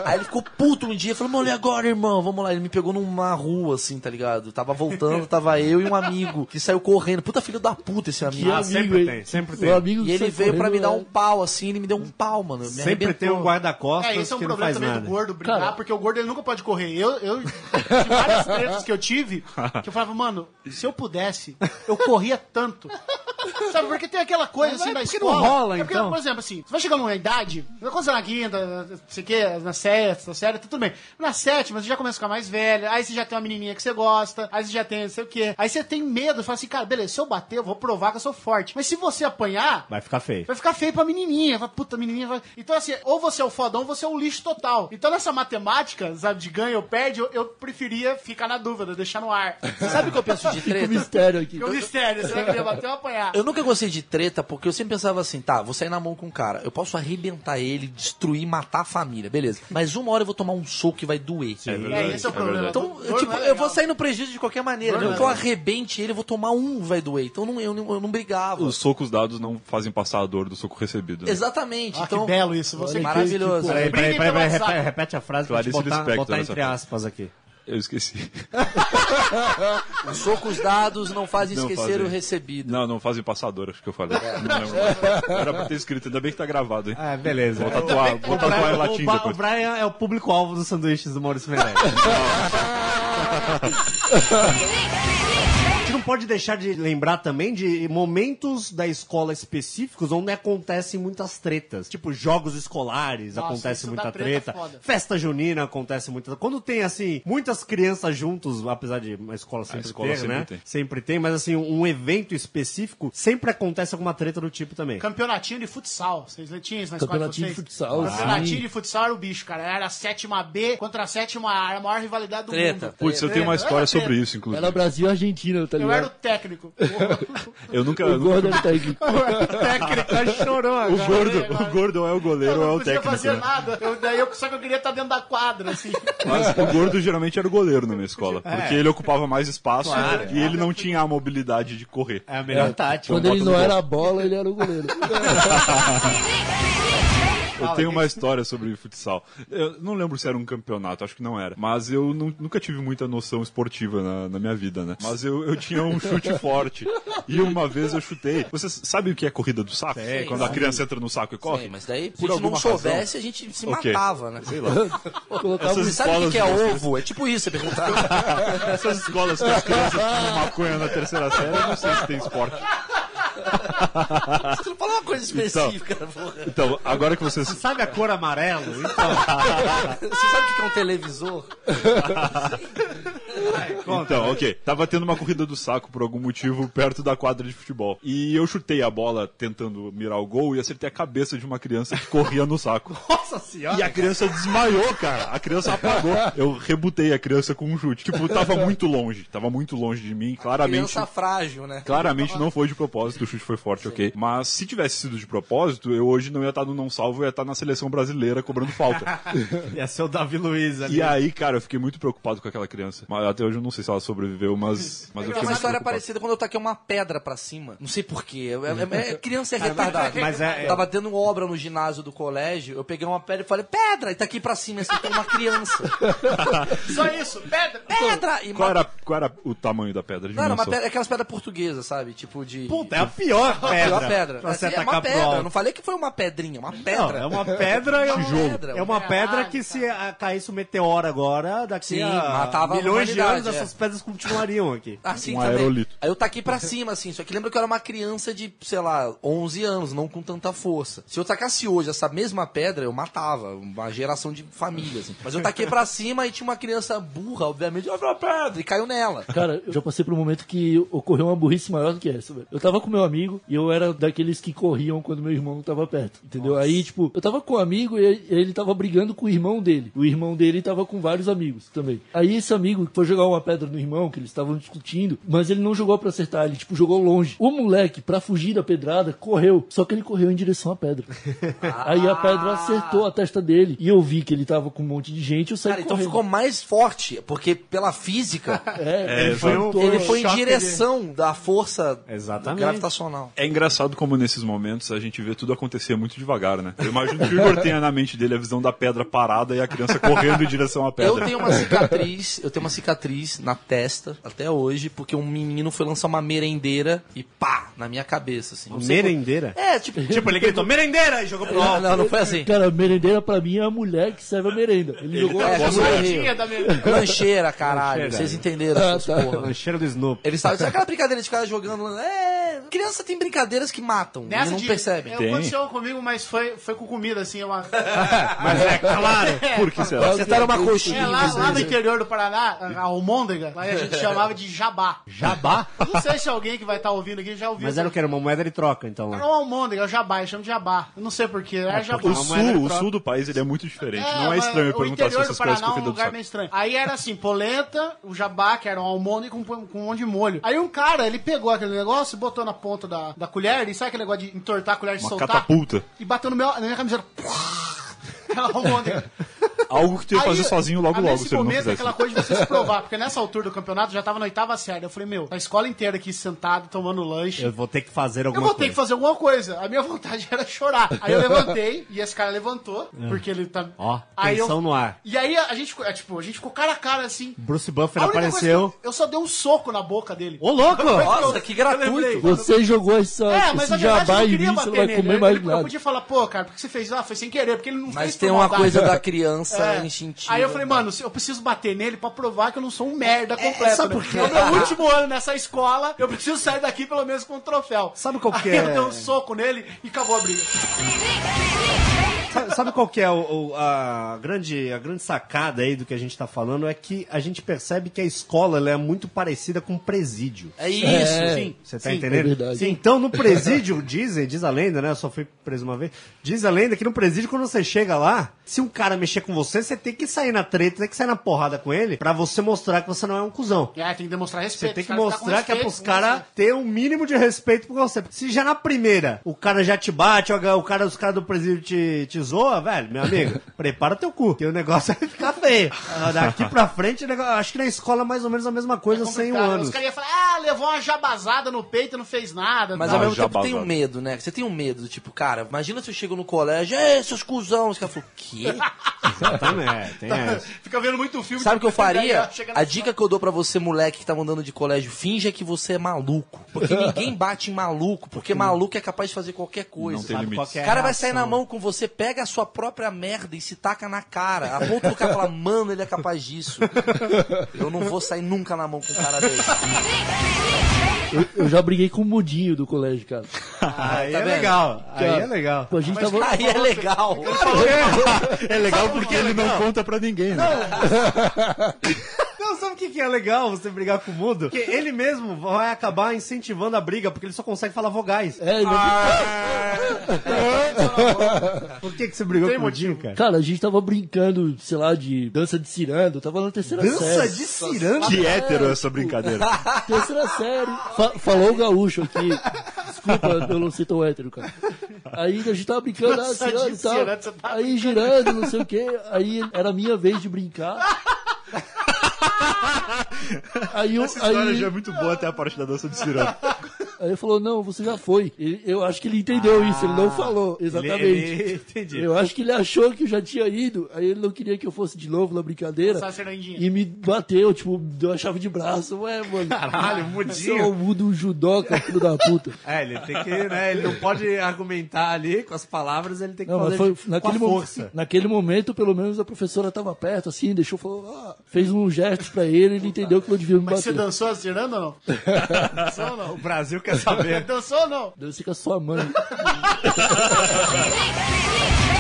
Aí ele ficou puto um dia, falou, mano, e agora, irmão? Vamos lá. Ele me pegou numa rua, assim, tá ligado? Tava voltando, tava eu e um amigo que saiu correndo. Puta filho da puta esse amigo. Ah, sempre hein? tem, sempre O tem. amigo Né? E que ele sai veio pra correndo me dar é- um pau, assim, ele me deu um pau, mano. Me Sempre tem arrebentou. um guarda-costas É, esse é um que não problema faz também nada. do gordo brigar, Cara. porque o gordo ele nunca pode correr. Eu, eu de várias tretas que eu tive, que eu falava, mano, se eu pudesse, eu corria tanto. Sabe, porque tem aquela coisa assim da porque escola. não rola, é porque, então. por exemplo, assim, você vai chegar numa idade, quando você é na quinta, não sei o quê, na sexta, série, tá tudo bem. Na sétima, você já começa a ficar mais velha, aí você já tem uma menininha que você gosta, aí você já tem não sei o quê. Aí você tem medo, fala assim, cara, beleza, se eu bater, eu vou provar que eu sou forte. Mas se você apanhar, Vai ficar feio. Vai ficar feio pra menininha. Vai, puta, menininha vai... Então, assim, ou você é o fodão ou você é o lixo total. Então, nessa matemática, sabe, de ganha ou perde, eu, eu preferia ficar na dúvida, deixar no ar. Sabe o que eu penso de Fica o treta? mistério aqui. Porque o mistério, será que ele ia bater ou apanhar? Eu nunca gostei de treta porque eu sempre pensava assim, tá, vou sair na mão com o cara, eu posso arrebentar ele, destruir, matar a família, beleza. Mas uma hora eu vou tomar um soco que vai doer. É, esse é o problema. Então, eu, Dor tipo, não é eu vou legal. sair no prejuízo de qualquer maneira. Dor não Não é que eu legal. arrebente ele, eu vou tomar um, vai doer. Então eu não, eu não, eu não brigava. Os socos dados não fazem passar a dor do soco recebido. né? Exatamente. Ah, então, que belo isso. Você maravilhoso. Peraí, peraí, Briguem peraí, pelo peraí, WhatsApp. repete, repete a frase pra gente Clarice botar, Lispector botar nessa entre frase. aspas aqui. Eu esqueci. Os socos dados não fazem Não esquecer fazem. o recebido. Não, não fazem passar dor, acho que eu falei. É. Não lembro. Era pra ter escrito, ainda bem que tá gravado, hein? Ah, beleza. É. Vou tatuar, vou tatuar em latim o depois. Brian é o público-alvo dos sanduíches do Maurício Meirelles. A gente não pode deixar de lembrar também de momentos da escola específicos onde acontecem muitas tretas. Tipo, jogos escolares, Nossa, acontece isso muita dá treta. treta é foda. Festa junina acontece muita Quando tem, assim, muitas crianças juntos, apesar de a escola sempre escola ter, sempre né? tem. Sempre tem, mas assim, um evento específico, sempre acontece alguma treta do tipo também. Campeonatinho de futsal. Vocês tinham isso na escola de Campeonatinho vocês? de futsal, Campeonatinho sim. de futsal era o bicho, cara. Era a sétima B contra a sétima A. Era a maior rivalidade do Treta. mundo. Putz, eu tenho uma Era história assim. treta. sobre isso, Era inclusive. Brasil e Argentina, tá Eu era o ligado? técnico. Eu nunca. O eu nunca- gordo tá era o técnico. Técnica chorou agora. O gordo, o gordo ou é o goleiro Eu ou é né? não o podia técnico. fazer né? nada. Eu, daí eu, só que eu queria estar dentro da quadra, assim. Mas o gordo geralmente era o goleiro na minha escola. Porque ele ocupava mais espaço e ele não tinha a mobilidade de correr. É a melhor tática. Quando ele não era a bola, ele era o goleiro. Eu tenho uma história sobre futsal. Eu não lembro se era um campeonato, acho que não era. Mas eu nu- nunca tive muita noção esportiva na, na minha vida, né? Mas eu, eu tinha um chute forte. E uma vez eu chutei. Você sabe o que é corrida do saco? Quando a criança entra no saco e corre? Sim, mas daí, Por se a gente não alguma razão. soubesse, a gente se Ok. matava, né? Sei lá. Colocava Você Essas sabe o que que, é escolas de ovo? É tipo isso, você perguntar. Essas escolas que as crianças tinham maconha na terceira série, eu não sei se tem esporte. Você não fala uma coisa específica, porra. Então, agora que vocês Sabe a cor amarelo? Você sabe o que que é um televisor? Então, ok. Tava tendo uma corrida do saco por algum motivo perto da quadra de futebol. E eu chutei a bola tentando mirar o gol e acertei a cabeça de uma criança que corria no saco. Nossa senhora! E a criança desmaiou, cara. A criança apagou. Eu rebutei a criança com um chute. Tipo, tava muito longe. Tava muito longe de mim, claramente. Criança frágil, né? Claramente não foi de propósito, o chute foi forte, ok. Mas se tivesse sido de propósito, eu hoje não ia estar no não salvo, eu ia estar na seleção brasileira cobrando falta. Ia ser o Davi Luiz ali. e aí, cara, eu fiquei muito preocupado com aquela criança. Mas até hoje eu não sei se ela sobreviveu, mas, mas eu fiquei Tem é uma muito história preocupado. parecida quando eu taquei uma pedra pra cima. Não sei porquê. criança é retardada. mas é- é- Tava tendo obra no ginásio do colégio, eu peguei uma pedra e falei, pedra! E tá aqui pra cima, assim, tem uma criança. Só isso, pedra. pedra! E Qual ma- era, qual era o tamanho da pedra? Não, era uma Dimensão? pedra, aquelas pedras portuguesas, sabe? Tipo de... Puta, é a pior pedra. Uma pedra. Pra você Assim, é uma atacar pro pedra. alto. Eu não falei que foi uma pedrinha, uma Não, pedra. é uma pedra, é uma, Tijolo. É uma pedra que se ah, caísse um meteoro agora, daqui Sim, a matava a milhões de humanidade, anos, é. essas pedras continuariam aqui. Assim Um também. aerolito. Aí eu taquei pra cima, assim. Só que lembra que eu era uma criança de, sei lá, 11 anos, não com tanta força. Se eu tacasse hoje essa mesma pedra, eu matava uma geração de família, assim. Mas eu taquei pra cima e tinha uma criança burra, obviamente, olha pra pedra, e caiu nela. Cara, eu já passei por um momento que ocorreu uma burrice maior do que essa, velho. Eu tava com meu amigo e eu era daqueles que corriam quando meu irmão não tava perto, entendeu? Aí, tipo, eu tava com um amigo e ele- ele tava brigando com o irmão dele. O irmão dele tava com vários amigos também. Aí esse amigo foi jogar uma pedra no irmão, que eles estavam discutindo, mas ele não jogou pra acertar, ele, tipo, jogou longe. O moleque, pra fugir da pedrada, correu. Só que ele correu em direção à pedra. Aí a pedra acertou a testa dele. E eu vi que ele tava com um monte de gente, eu saí Cara, então correndo. ficou mais forte, porque pela física, É, ele foi um- voltou. ele foi em choque de- direção da força Exatamente. gravitacional. É engraçado como nesses momentos a gente vê tudo acontecer muito devagar, né? Eu imagino que o Igor tenha na mente dele a visão da pedra parada e a criança correndo em direção à pedra. Eu tenho uma cicatriz, eu tenho uma cicatriz na testa até hoje, porque um menino foi lançar uma merendeira e pá, na minha cabeça, assim. Não sei como- Merendeira? É, tipo. Tipo, ele gritou merendeira e jogou pro Não, alto. não, não foi assim. Cara, merendeira pra mim é a mulher que serve a merenda. Ele, jogou. tá- É, Posso- eu Tinha errei. da minha... Lancheira, caralho. Lancheira. Vocês entenderam Ah, essas tá. porra. Lancheiro do Snoopy. Eles estavam. Sabe é aquela brincadeira de ficar jogando. É. Criança tem brincadeiras que matam. e Nessa não de- percebem. eu- Tem. Aconteceu comigo, mas foi, foi com comida, assim. Uma... Mas é claro. Por que será? Vocês deram uma coxinha. É, lá, lá no interior do Paraná, a a almôndega, lá a gente chamava de jabá. Jabá. Não sei se alguém que vai estar ouvindo aqui já ouviu. Mas era o que? Era uma moeda de troca, então. Era lá. uma almôndega, é o jabá, eles chamam de jabá. Eu não sei porquê, era jabá. O Não, mas era sul, o troca. sul do país ele é muito diferente. não é mas estranho eu o perguntar se interior essas do coisas Paraná com é um vida do lugar saco. meio estranho. Aí era assim, polenta, o jabá, que era um almôndega com, com um monte de molho. Aí um cara, ele pegou aquele negócio, botou na ponta da, da colher, e sabe aquele negócio de entortar a colher e Uma soltar? catapulta. E bateu no meu, na minha camiseta. Aquela almôndega. Algo que tu ia Aí, fazer sozinho logo ah, logo, nesse se ele não começo, fizesse. né? aquela coisa de você se provar, porque nessa altura do campeonato eu já tava na oitava série. Eu falei, meu, a escola inteira aqui sentado, tomando lanche. Eu Eu... vou ter que fazer alguma vou ter coisa. que fazer alguma coisa. A minha vontade era chorar. Aí eu levantei, e esse cara levantou, porque ele tá. É. Ó, aí tensão no ar. E aí a, a gente, ficou- é, tipo, a gente ficou cara a cara assim. Bruce Buffer A única apareceu. coisa que eu, eu só dei um soco na boca dele. Ô, louco! Nossa, que gratuito. Você jogou essa, É, mas na verdade esse eu jabá não em queria mim, você bater não vai nele. comer Eu- mais eu, nada. podia falar, pô, cara, por que você fez isso? Ah, foi sem querer, porque ele não fez Mas por tem uma maldade. coisa da criança É. instintiva. Aí eu falei, mano, se- eu preciso bater nele pra provar que eu não sou um merda completo. sabe né? por quê? É o meu último ano nessa escola, eu preciso sair daqui pelo menos com um troféu. Sabe qual que Aí é? eu dei um soco nele e acabou a briga. Sabe- Sabe qual que é o- o- a, grande, a grande sacada aí do que a gente tá falando? É que a gente percebe que a escola ela é muito parecida com um presídio. É isso. Sim. Você tá Sim, é entendendo? verdade. Sim, então no presídio, dizem, diz a lenda, né? Eu só fui preso uma vez. Diz a lenda que no presídio, quando você chega lá, se um cara mexer com você, você tem que sair na treta, tem que sair na porrada com ele pra você mostrar que você não é um cuzão. É, tem que demonstrar Você respeito. tem que cara, ficar com mostrar que é respeito, pros com caras respeito. ter um mínimo de respeito por você. Se já na primeira o cara já te bate, o cara, os caras do presídio te, te zoa, velho, meu amigo, prepara teu cu, que o negócio vai ficar feio. Ah, Daqui pra frente, o negócio- acho que na escola é mais ou menos a mesma coisa, É 100 complicado. anos. Os caras iam falar, ah, levou uma jabazada no peito e não fez nada. Mas tal. ao mesmo já tempo tem um babado. medo, né? Você tem um medo, do tipo, cara, imagina se eu chego no colégio, é, seus cuzão. Os caras falam, o quê? Também, é, tem essa. Fica vendo muito filme. Sabe o que eu faria? tá Chega na A dica que eu dou pra você, moleque que tá mandando de colégio, finja que você é maluco. Porque ninguém bate em maluco, porque maluco é capaz de fazer qualquer coisa. Não tem sabe? limite. qual que é O a cara vai sair na reação? mão com você, pega a sua própria merda e se taca na cara. A ponto do cara falar, mano, ele é capaz disso. Eu não vou sair nunca na mão com um cara desse. Eu, eu já briguei com o mudinho do colégio, cara. Aí tá é vendo? legal, aí Cara, é Ah, legal. A gente tava... Aí é legal. É legal porque ele não conta pra ninguém, né? Não, sabe o que, que é legal você brigar com o mundo? Que ele mesmo vai acabar incentivando a briga, porque ele só consegue falar vogais. É, ele- Ah. Por que, que você brigou com o Dinho, cara? Cara, a gente tava brincando, sei lá, de dança de ciranda. Eu tava na terceira Dança série. de ciranda? Que hétero é essa brincadeira. Terceira série. Fa- falou o gaúcho aqui. Desculpa, eu não sei tão hétero, cara. Aí a gente tava brincando, ah, Nossa, senhora e de senhora, você tal. tá Aí girando, não sei o quê. Aí era a minha vez de brincar. Aí eu, Essa história aí, já é muito boa até a parte da dança de ciranda. aí ele falou, não, você já foi. Ele- eu acho que ele entendeu isso, ele não falou. Exatamente. Ele- ele- entendi. Eu acho que ele achou que eu já tinha ido. Aí ele não queria que eu fosse de novo na brincadeira. Só a cirandinha. E me bateu, tipo, me deu uma chave de braço. Ué, mano. Caralho, Seu mudinho. almudo judoca, filho da puta. É, ele tem que, né? Ele não pode argumentar ali com as palavras, ele tem que Não, mas fazer foi de- naquele, com a mo- força. naquele momento, pelo menos a professora tava perto, assim, deixou, falou, ah, fez um gesto pra ele, ele entendeu que eu devia me Mas você bater. dançou a ciranda ou não? dançou ou não? O Brasil quer saber. Dançou ou não? Deus fica sua mãe.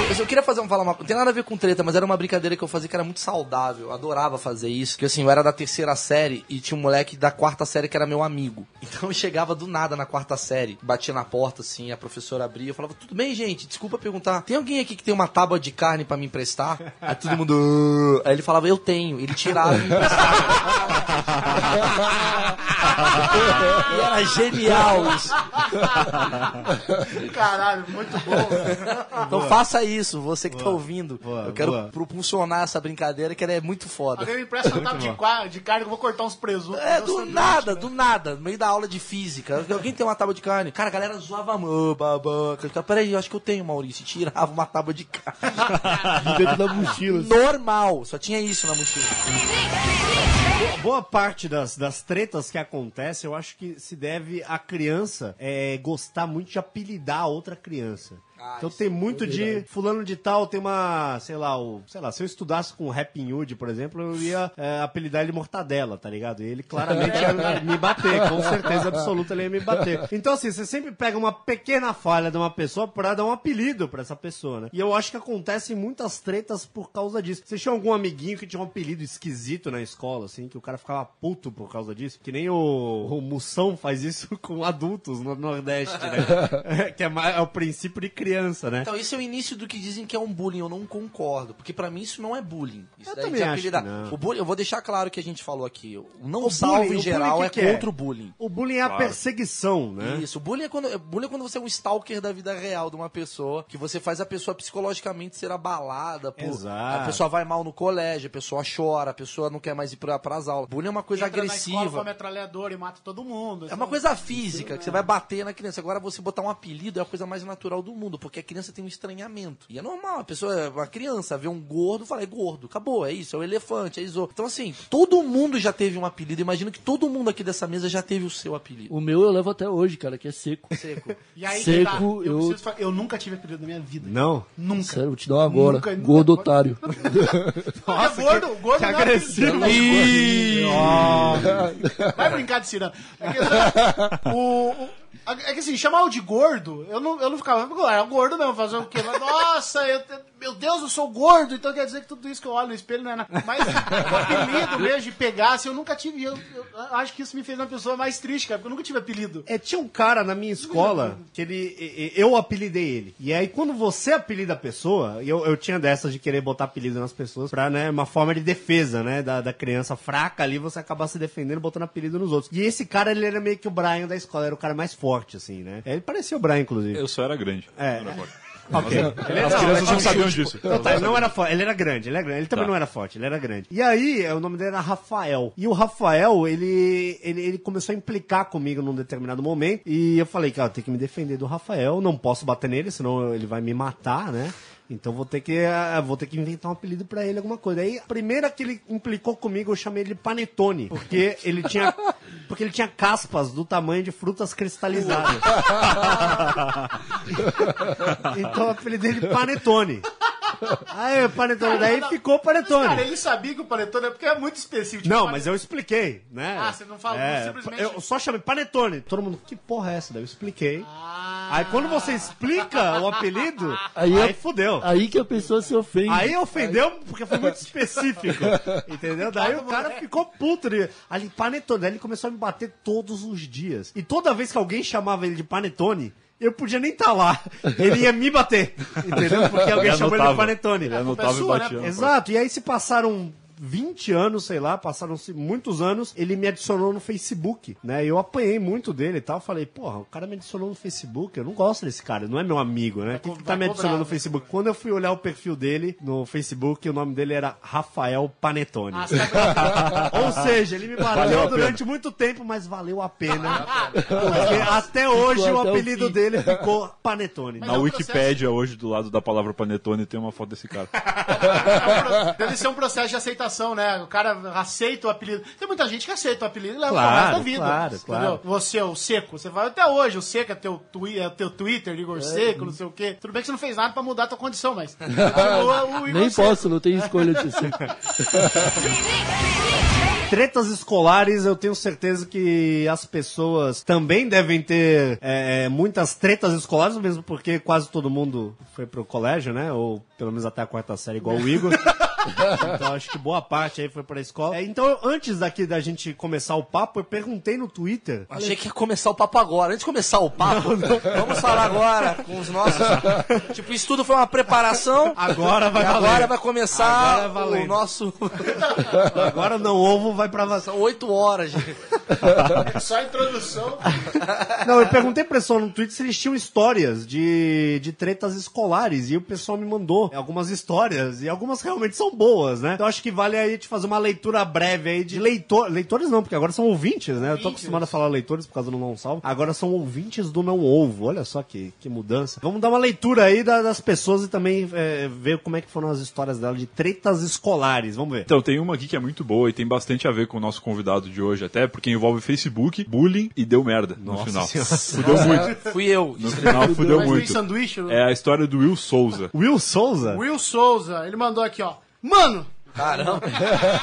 Mas eu queria fazer um, falar uma Não tem nada a ver com treta, mas era uma brincadeira que eu fazia que era muito saudável. Eu adorava fazer isso. Que assim, eu era da terceira série e tinha um moleque da quarta série que era meu amigo. Então eu chegava do nada na quarta série, batia na porta assim, a professora abria. Eu falava, tudo bem, gente? Desculpa perguntar. Tem alguém aqui que tem uma tábua de carne pra me emprestar? Aí todo mundo. "Ah." Aí ele falava, eu tenho. Ele tirava e me emprestava. e era genial isso. Caralho, muito bom. Então faça isso, você que tá ouvindo. Boa, eu quero boa. propulsionar essa brincadeira que ela é muito foda. Alguém me empresta uma tábua de, qua- de carne que eu vou cortar uns presuntos. É, Eu do sanduíche, nada, né? do nada, no meio da aula de física. Alguém tem uma tábua de carne? Cara, a galera zoava mão, babaca. Eu, Peraí, eu acho que eu tenho, Maurício. E Tirava uma tábua de carne. Dentro da mochila. assim. Normal, só tinha isso na mochila. Boa- Boa parte das, das tretas que acontecem, eu acho que se deve a criança é, gostar muito de apelidar a outra criança. Ah, então isso tem muito de fulano de tal, tem uma, sei lá, o, sei lá, se eu estudasse com o Rapping Hood, por exemplo, eu ia é, apelidar ele Mortadela, tá ligado? E ele claramente ia me bater, com certeza absoluta ele ia me bater. Então assim, você sempre pega uma pequena falha de uma pessoa pra dar um apelido pra essa pessoa, né? E eu acho que acontecem muitas tretas por causa disso. Você tinha algum amiguinho que tinha um apelido esquisito na escola, assim, que o cara ficava puto por causa disso? Que nem o, o Mussão faz isso com adultos no Nordeste, né? que é, mais- é o princípio de criança, né? Então, esse é o início do que dizem que é um bullying. Eu não concordo, porque pra mim isso não é bullying. Isso Eu daí também de acho apelidar. que não. O bullying, eu vou deixar claro que a gente falou aqui. O não O salvo bullying, o em bullying geral que é que é? contra o bullying. O bullying é a perseguição, né? Isso, bullying é, quando, bullying é quando você é um stalker da vida real de uma pessoa, que você faz a pessoa psicologicamente ser abalada. Por, Exato. A pessoa vai mal no colégio, a pessoa chora, a pessoa não quer mais ir pra, pras aulas. Bullying é uma coisa Entra na escola com a agressiva. metralhadora e mata todo mundo. assim. É uma coisa física, que você vai bater na criança. Agora, você botar um apelido é a coisa mais natural do mundo, porque a criança tem um estranhamento. E é normal, a pessoa, uma criança, vê um gordo, fala, é gordo, acabou, é isso, é o elefante, é isso. Então, assim, todo mundo já teve um apelido. Imagino que todo mundo aqui dessa mesa já teve o seu apelido. O meu eu levo até hoje, cara, que é seco. Seco. E aí, Seco, tá, eu, eu- preciso fa- eu nunca tive apelido na minha vida. Não? Nunca. Sério, vou te dar um agora. Nunca, nunca. Gordo otário. é gordo, que, gordo que não é agressivo. Ih, ó. Vai brincar de ciranda. É que, sabe, o- o- é que, assim, chamar o de gordo, eu não, eu não ficava. "Ah, É gordo mesmo, fazer o quê? Mas, nossa, eu te- meu Deus, eu sou gordo, então quer dizer que tudo isso que eu olho no espelho não é nada. Mas o apelido mesmo de pegar, assim, eu nunca tive. Eu, eu acho que isso me fez uma pessoa mais triste, cara, porque eu nunca tive apelido. É, tinha um cara na minha escola que ele. e- e- Eu apelidei ele. E aí, quando você apelida a pessoa, e eu, eu tinha dessas de querer botar apelido nas pessoas pra, né, uma forma de defesa, né? Da, da criança fraca ali, você acabar se defendendo, botando apelido nos outros. E esse cara, ele era meio que o Brian da escola, era o cara mais forte, assim, né? Ele parecia o Brian, inclusive. Eu só era grande. É. Não era forte. Ok. Ele As não, crianças mas- não sabiam disso. Não, tá, ele não era forte, ele era grande, ele era grande. Ele também Tá. não era forte, ele era grande. E aí, eh, o nome dele era Rafael. E o Rafael, ele, ele, ele começou a implicar comigo num determinado momento. E eu falei, cara, eu tenho que me defender do Rafael, não posso bater nele, senão ele vai me matar, né? Então vou ter que eh, vou ter que inventar um apelido pra ele, alguma coisa. Aí, a primeira que ele implicou comigo, eu chamei ele de Panetone, porque ele tinha porque ele tinha caspas do tamanho de frutas cristalizadas. Então eu apelidei ele Panetone. Aí, Panetone, daí ficou Panetone. Cara, ele sabia que o panetone é porque é muito específico. tipo, Não, mas eu expliquei, né? Ah, você não falou, simplesmente- é Eu só chamei panetone. Todo mundo, que porra é essa? Daí eu expliquei. Ah, Aí quando você explica o apelido, aí, Aí eu- fudeu. Aí que a pessoa se ofende. Aí ofendeu porque foi muito específico. entendeu? Daí o cara ficou puto. Ele, ali, panetone. Daí ele começou a me bater todos os dias. E toda vez que alguém chamava ele de panetone, eu podia nem estar lá. Ele ia me bater. Entendeu? Porque alguém Ele chamou ele de anotava. panetone. Ele anotava e sua, né? batia. na Exato, e aí se passaram 20 anos, sei lá, passaram-se muitos anos, ele me adicionou no Facebook, né? Eu apanhei muito dele e tal, falei, porra, o cara me adicionou no Facebook, eu não gosto desse cara, não é meu amigo, né? Quem que tá vai me adicionando cobrar, no né? Facebook? Quando eu fui olhar o perfil dele no Facebook, o nome dele era Rafael Panettone. Ah, você tá- Ou seja, ele me Valeu a bateu pena. durante muito tempo, mas valeu a pena. Ah, Porque até hoje o até o apelido fim. dele ficou Panettone. Mas é um Wikipédia hoje, do lado da palavra panetone, tem uma foto desse cara. Deve ser um processo de aceitação, né? O cara aceita o apelido. Tem muita gente que aceita o apelido e leva Claro, pro resto da vida. claro, claro. Você, é o Seco, você vai até hoje, o Seco é teu, twi é teu Twitter, Igor Seco, não sei o quê. Tudo bem que você não fez nada pra mudar a tua condição, mas continua o Igor Nem Seco. posso, não tenho escolha de ser. Tretas escolares, eu tenho certeza que as pessoas também devem ter é, é, muitas tretas escolares, mesmo porque quase todo mundo foi pro colégio, né? Ou pelo menos até a quarta série, igual o Igor. Então acho que boa parte aí foi pra escola. É, então, eu- antes daqui da gente começar o papo, eu perguntei no Twitter. Achei que ia começar o papo agora. Antes de começar o papo, vamos falar agora com os nossos. tipo, isso tudo foi uma preparação. Agora vai e agora valer. vai começar Agora valendo. o nosso. Agora não ovo vai pra vacina. São oito horas, gente. Só a introdução. Não, eu perguntei pro pessoal no Twitter se eles tinham histórias de, de tretas escolares. E o pessoal me mandou algumas histórias. E algumas realmente são boas, né? Então acho que vale aí te fazer uma leitura breve aí de leitor. Leitores não, porque agora são ouvintes, né? Eu tô acostumado a falar leitores por causa do Não Salvo. Agora são ouvintes do Não Ovo. Olha só que, que mudança. Vamos dar uma leitura aí da- das pessoas e também é, ver como é que foram as histórias dela de tretas escolares. Vamos ver. Então, tem uma aqui que é muito boa e tem bastante a ver com o nosso convidado de hoje, até porque envolve Facebook, bullying e deu merda no final. Fudeu muito. Fui eu. No final fudeu Mas muito. Luiz sanduíche. É a história do Will Souza. Will Souza? Will Souza, ele mandou aqui, ó. Mano, Caramba.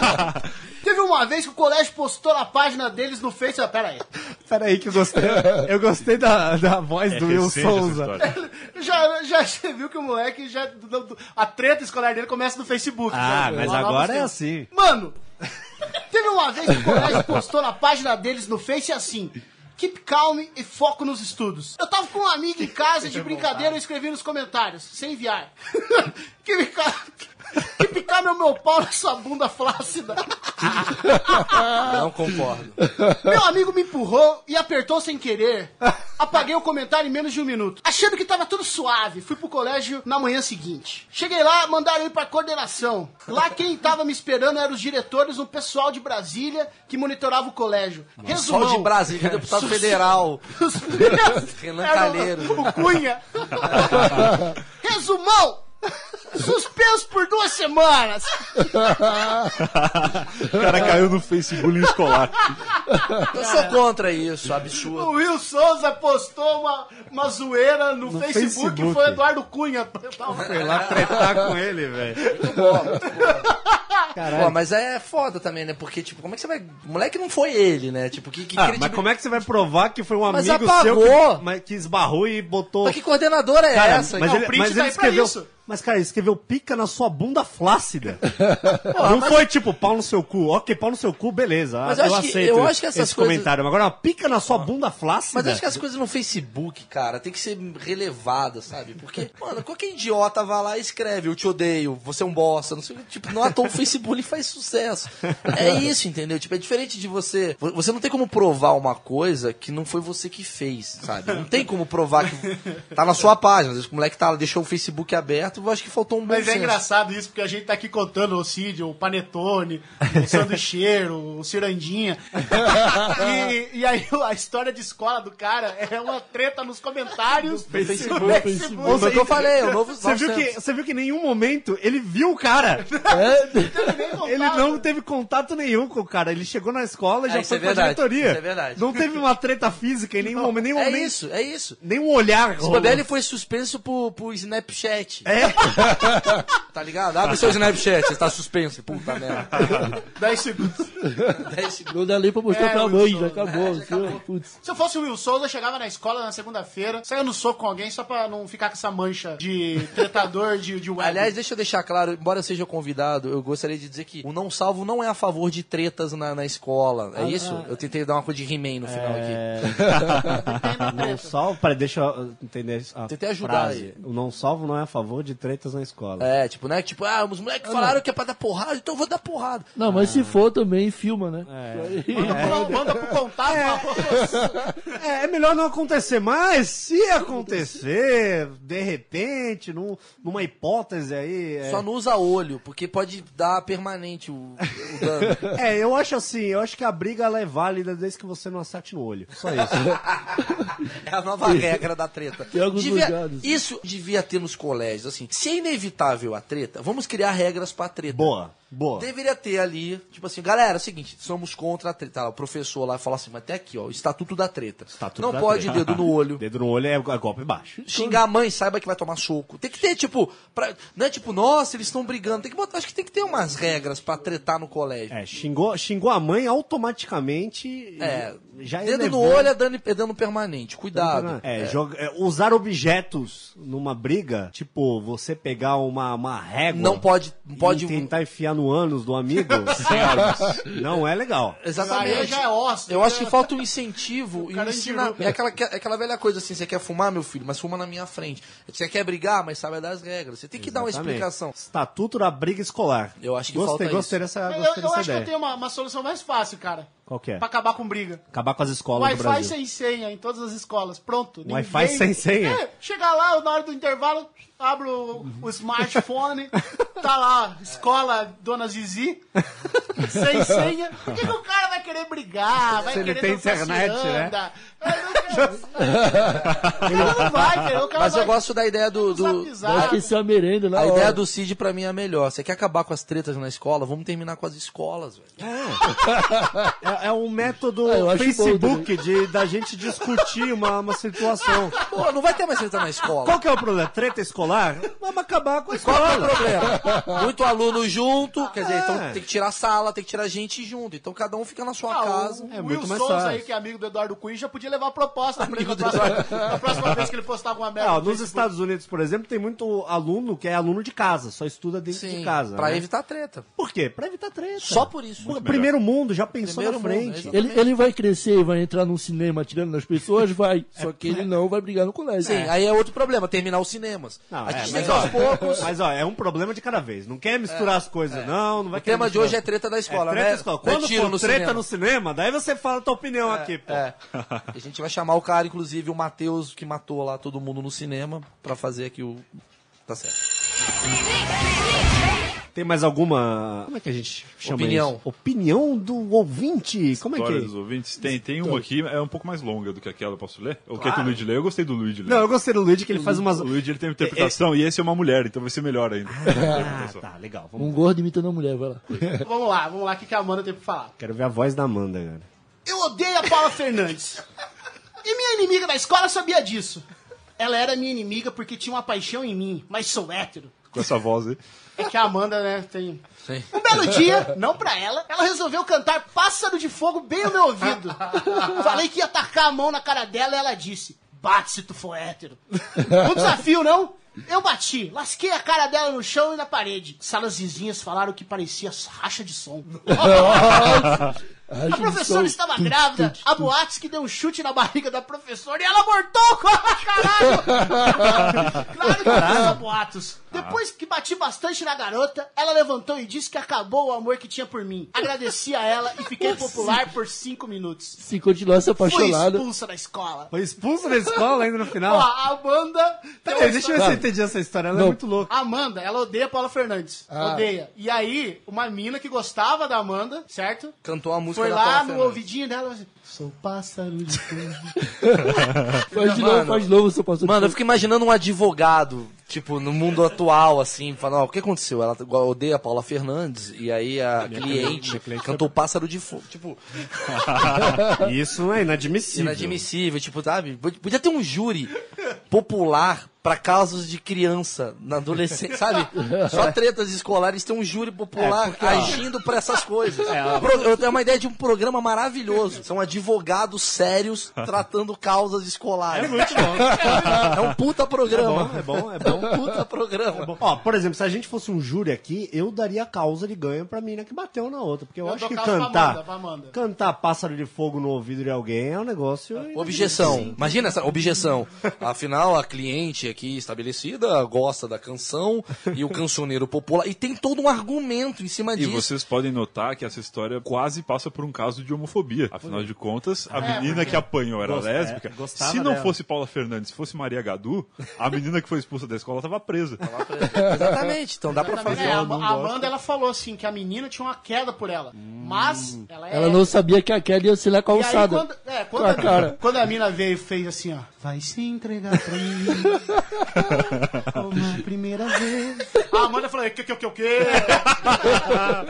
teve uma vez que o colégio postou na página deles no Face. Ah, Pera aí. Pera aí que eu gostei. Eu gostei da, da voz do Will recente É essa Souza. história. Já, já você viu que o moleque já. do- do- A treta escolar dele começa no Facebook. Ah, sabe? mas Lá- lá agora você- é assim. Mano, teve uma vez que o colégio postou na página deles no Face assim. Keep calm e foco nos estudos. Eu tava com um amigo em casa É de brincadeira e escrevi nos comentários, sem enviar. Keep calm, keep calm é o meu pau nessa bunda flácida. Não concordo. Meu amigo me empurrou e apertou sem querer. Apaguei o comentário em menos de um minuto. Achando que tava tudo suave, fui pro colégio na manhã seguinte. Cheguei lá, mandaram ir pra coordenação. Lá quem tava me esperando eram os diretores, um pessoal de Brasília que monitorava o colégio. Sol de Brasília, deputado federal. Os- Renan né? Era o- Calheiros. O Cunha. Resumão! Suspenso por duas semanas! O cara caiu no Facebook bullying escolar. Eu sou contra isso, absurdo. O Will Souza postou uma, uma zoeira no, Facebook, Facebook. foi Eduardo Cunha. Foi lá tretar com ele, velho. Pô, mas é foda também, né? Porque, tipo, como é que você vai. O moleque não foi ele, né? Tipo, que, que Ah, mas credibil- como é que você vai provar que foi um Mas amigo seu apagou. que, mas que esbarrou e botou... Mas que coordenadora é Cara, essa? mas Não, ele, print mas tá ele aí pra escreveu... isso. Mas, cara, ele escreveu pica na sua bunda flácida. não foi tipo pau no seu cu. Ok, pau no seu cu, beleza. Mas eu, eu acho que- aceito eu acho que essas esse coisas- comentário. Agora, uma pica na sua bunda flácida. Mas acho que as coisas no Facebook, cara, tem que ser relevadas, sabe? Porque, mano, qualquer idiota vai lá e escreve, eu te odeio, você é um bosta, não sei o que. Tipo, não à toa o Facebook ele faz sucesso. É isso, entendeu? Tipo, é diferente de você. vo- Você não tem como provar uma coisa que não foi você que fez, sabe? Não tem como provar que. Tá na sua página. Às vezes o moleque tá, deixou o Facebook aberto, eu acho que faltou um bom Mas é senso. engraçado isso, porque a gente tá aqui contando o Cid, o Panetone, o Sanduicheiro, o Cirandinha. E, e aí a história de escola do cara é uma treta nos comentários do Facebook. Ou seja, o que eu falei, é o novo Você viu, que, você viu que em nenhum momento ele viu o cara. Ele não teve contato nenhum com o cara. Ele chegou na escola e É, já isso foi é pra verdade, diretoria. isso é verdade. Não teve uma treta física um em nenhum momento, nenhum, É nem, isso, é isso. nenhum olhar. O Babelli foi suspenso por, por Snapchat. É, Tá ligado? Abre seu Snapchat, você tá suspenso. Puta merda. 10 segundos. 10 segundos. Não dá nem pra mostrar É, pra o mãe, som. já acabou. É, já senhor. acabou. Putz. Se eu fosse o Will Souza, eu chegava na escola na segunda-feira, saia no soco com alguém só pra não ficar com essa mancha de tretador de, de web. Aliás, deixa eu deixar claro, embora eu seja convidado, eu gostaria de dizer que o não salvo não é a favor de tretas na, na escola. É isso? Eu tentei dar uma coisa de He-Man no final aqui. Ah, Não salvo, peraí, deixa eu entender a Tentei ajudar frase. aí. O não salvo não é a favor de tretas na escola. É, tipo, né? Tipo, ah, os moleques falaram que é pra dar porrada, então eu vou dar porrada. Não, mas se for também, filma, né? É. manda, pro, manda pro contato. É, é melhor não acontecer, mas se acontecer, de repente, num- numa hipótese aí. é- Só não usa olho, porque pode dar permanente o, o dano. É, eu acho assim, eu acho que a briga ela é válida desde que você não acerte no olho. Só isso. É a nova regra da treta. Tem alguns Devia- lugares. isso devia ter nos colégios, assim. Se é inevitável a treta, vamos criar regras pra treta. boa, boa. Deveria ter ali, tipo assim, galera, é o seguinte, somos contra a treta. Tá lá, o professor lá fala assim, mas até aqui, ó, o estatuto da treta. Estatuto não da pode Tá treta. dedo no olho. Dedo no olho é go- golpe baixo. Xingar a mãe, saiba que vai tomar soco. Tem que ter, tipo, pra- não é tipo, nossa, eles estão brigando. Tem que botar, acho que tem que ter umas regras pra tretar no colégio. É, xingou, xingou a mãe automaticamente. É, já dedo no elevou- olho é dano, é dano permanente, cuidado. É, joga- é, usar objetos numa briga, tipo, você pegar uma, uma régua. Não pode- não pode- E tentar enfiar no ânus do amigo. não é legal. Exatamente. Aí já é ósseo, Eu né? acho que falta um incentivo e um cara ensinamento. ensinou. É aquela, é aquela velha coisa assim, você quer fumar, meu filho, mas fuma na minha frente. Você quer brigar, mas sabe das regras. Você tem que dar uma Exatamente. explicação. Estatuto da briga escolar. Eu acho que gostei, falta gostei dessa, Eu, gostei eu dessa acho ideia. que eu tenho uma, uma solução mais fácil, cara. Qual que é? Pra acabar com briga. Acabar com as escolas do Wi-Fi Brasil. sem senha em todas as escolas. Pronto. Wi-Fi sem senha? É, chega lá, na hora do intervalo, abro o, o smartphone, Uhum. tá lá, escola Dona Zizi, sem senha. Por que, que o cara vai querer brigar? Vai Se ele querer tem dançar internet, né? ciranda? É, não quer- O cara não vai querer, o cara Mas vai eu gosto da ideia do. do- zapizar. Vai esquecer a é merenda lá. a ideia do Cid pra mim é a melhor. Você quer acabar com as tretas na escola? Vamos terminar com as escolas, velho. É, é um método Ah, eu acho bom né? Facebook de, da gente discutir uma, uma situação. Pô, não vai ter mais treta na escola. Qual que é o problema? Treta escolar? Vamos acabar com a Qual é o escola. problema? Muito aluno junto, quer dizer, então É. tem que tirar a sala, tem que tirar gente junto. Então cada um fica na sua Ah, casa. o É Will muito mais Souza fácil. aí, que é amigo do Eduardo Cunha, já podia levar proposta pra ele Amigo na do próxima, na próxima vez que ele postar alguma merda. Não, no É, nos Facebook. Estados Unidos, por exemplo, tem muito aluno que é aluno de casa, só estuda dentro de casa. pra né? É. evitar treta. Por quê? Pra evitar treta. Só por isso. Pô, primeiro mundo, já pensou Primeiro na mundo, frente. exato. Ele, ele vai crescer e vai entrar num cinema atirando nas pessoas? Vai. Só que ele não vai brigar no colégio. Sim, aí é outro problema, terminar os cinemas. Não, a é, gente mas, tem que aos ó, poucos. É, mas ó, é um problema de cada vez. Não quer misturar as coisas, não. não vai O tema de hoje é treta da escola, treta né? na escola. Não é Quando tiro for no treta cinema. no cinema, daí você fala a tua opinião aqui, pô. É. A gente vai chamar o cara, inclusive, o Matheus, que matou lá todo mundo no cinema, pra fazer aqui o. Tá certo. Tem mais alguma. Como é que a gente chama Opinião. isso? Opinião do ouvinte. Como é que é? História dos ouvintes. Tem, tem uma aqui, é um pouco mais longa do que aquela, eu posso ler? Ou quer que o Luigi leia? Eu gostei do Luigi ler. Não, eu gostei do Luigi que ele faz umas. O Luigi ele tem uma interpretação e esse é uma mulher, então vai ser melhor ainda. Ah, tá, legal. Vamos... Um gordo imitando a mulher, vai lá. Vamos lá, vamos lá, o que, que a Amanda tem pra falar? Quero ver a voz da Amanda, cara. Eu odeio a Paula Fernandes. E minha inimiga da escola sabia disso. Ela era minha inimiga porque tinha uma paixão em mim, mas sou hétero. Com essa voz aí. É que a Amanda, né, tem. Sim. Um belo dia, não pra ela, ela resolveu cantar Pássaro de Fogo bem no meu ouvido. Falei que ia tacar a mão na cara dela e ela disse: Bate se tu for hétero. Um desafio, não? Eu bati, lasquei a cara dela no chão e na parede. Salas vizinhas falaram que parecia racha de som. A professora estava grávida, a boates que deu um chute na barriga da professora e ela mortou com caralho! Claro que não são boatos. Ah. Depois que bati bastante na garota, ela levantou e disse que acabou o amor que tinha por mim. Agradeci a ela e fiquei popular por cinco minutos. Se continuar é se Fui apaixonada. expulsa da escola. Foi expulso da escola ainda no Ah. Ó, final. a Amanda. Peraí, deixa eu ver se eu entendi essa história. Ela é Não. muito louca. A Amanda, ela odeia a Paula Fernandes. Ah. Odeia. E aí, uma mina que gostava da Amanda, certo? Cantou a música Foi da né? lá Paula no Fernandes. ouvidinho dela e falou assim: Sou pássaro de fogo. Faz de novo, Mano. faz de novo, seu pastor. Mano, eu fico imaginando um advogado, tipo, no mundo atual, assim, falando, ó, o que aconteceu? Ela odeia a Paula Fernandes, e aí a cliente cantou Pássaro de Fogo. Tipo, Isso é inadmissível. inadmissível, tipo, sabe? Podia ter um júri popular pra casos de criança, na adolescência, sabe? Só tretas escolares tem um júri popular É, agindo pra essas coisas. Pro- eu tenho uma ideia de um programa maravilhoso. São advogados sérios tratando causas escolares. É muito bom. É um puta programa. É bom, é É bom. é um puta programa. Ó, por exemplo, se a gente fosse um júri aqui, eu daria a causa de ganho pra mina que bateu na outra. Porque eu, Eu acho dou que causa pra cantar. Amanda, pra Amanda. Cantar pássaro de fogo no ouvido de alguém é um negócio. Ah, Objeção. Imagina essa objeção. Afinal, a cliente aqui estabelecida gosta da canção e o cancioneiro popular. E tem todo um argumento em cima E disso. vocês podem notar que essa história quase passa por um caso de homofobia. Afinal de contas, a menina que apanhou era É, Gost- é, lésbica. gostava Se não dela. fosse Paula Fernandes, se fosse Maria Gadu, a menina que foi expulsa da escola estava presa. Exatamente. Então dá pra fazer. É, a, a Amanda ela falou assim que a menina tinha uma queda por ela. Hum. Mas ela é. Ela não sabia que a Kelly ia se lá com a e aí, alçada. quando, é, quando, Com a a, cara. quando a mina veio e fez assim, ó, vai se entregar pra mim. Uma primeira vez. A Amanda falou, "É, que, que, que, que?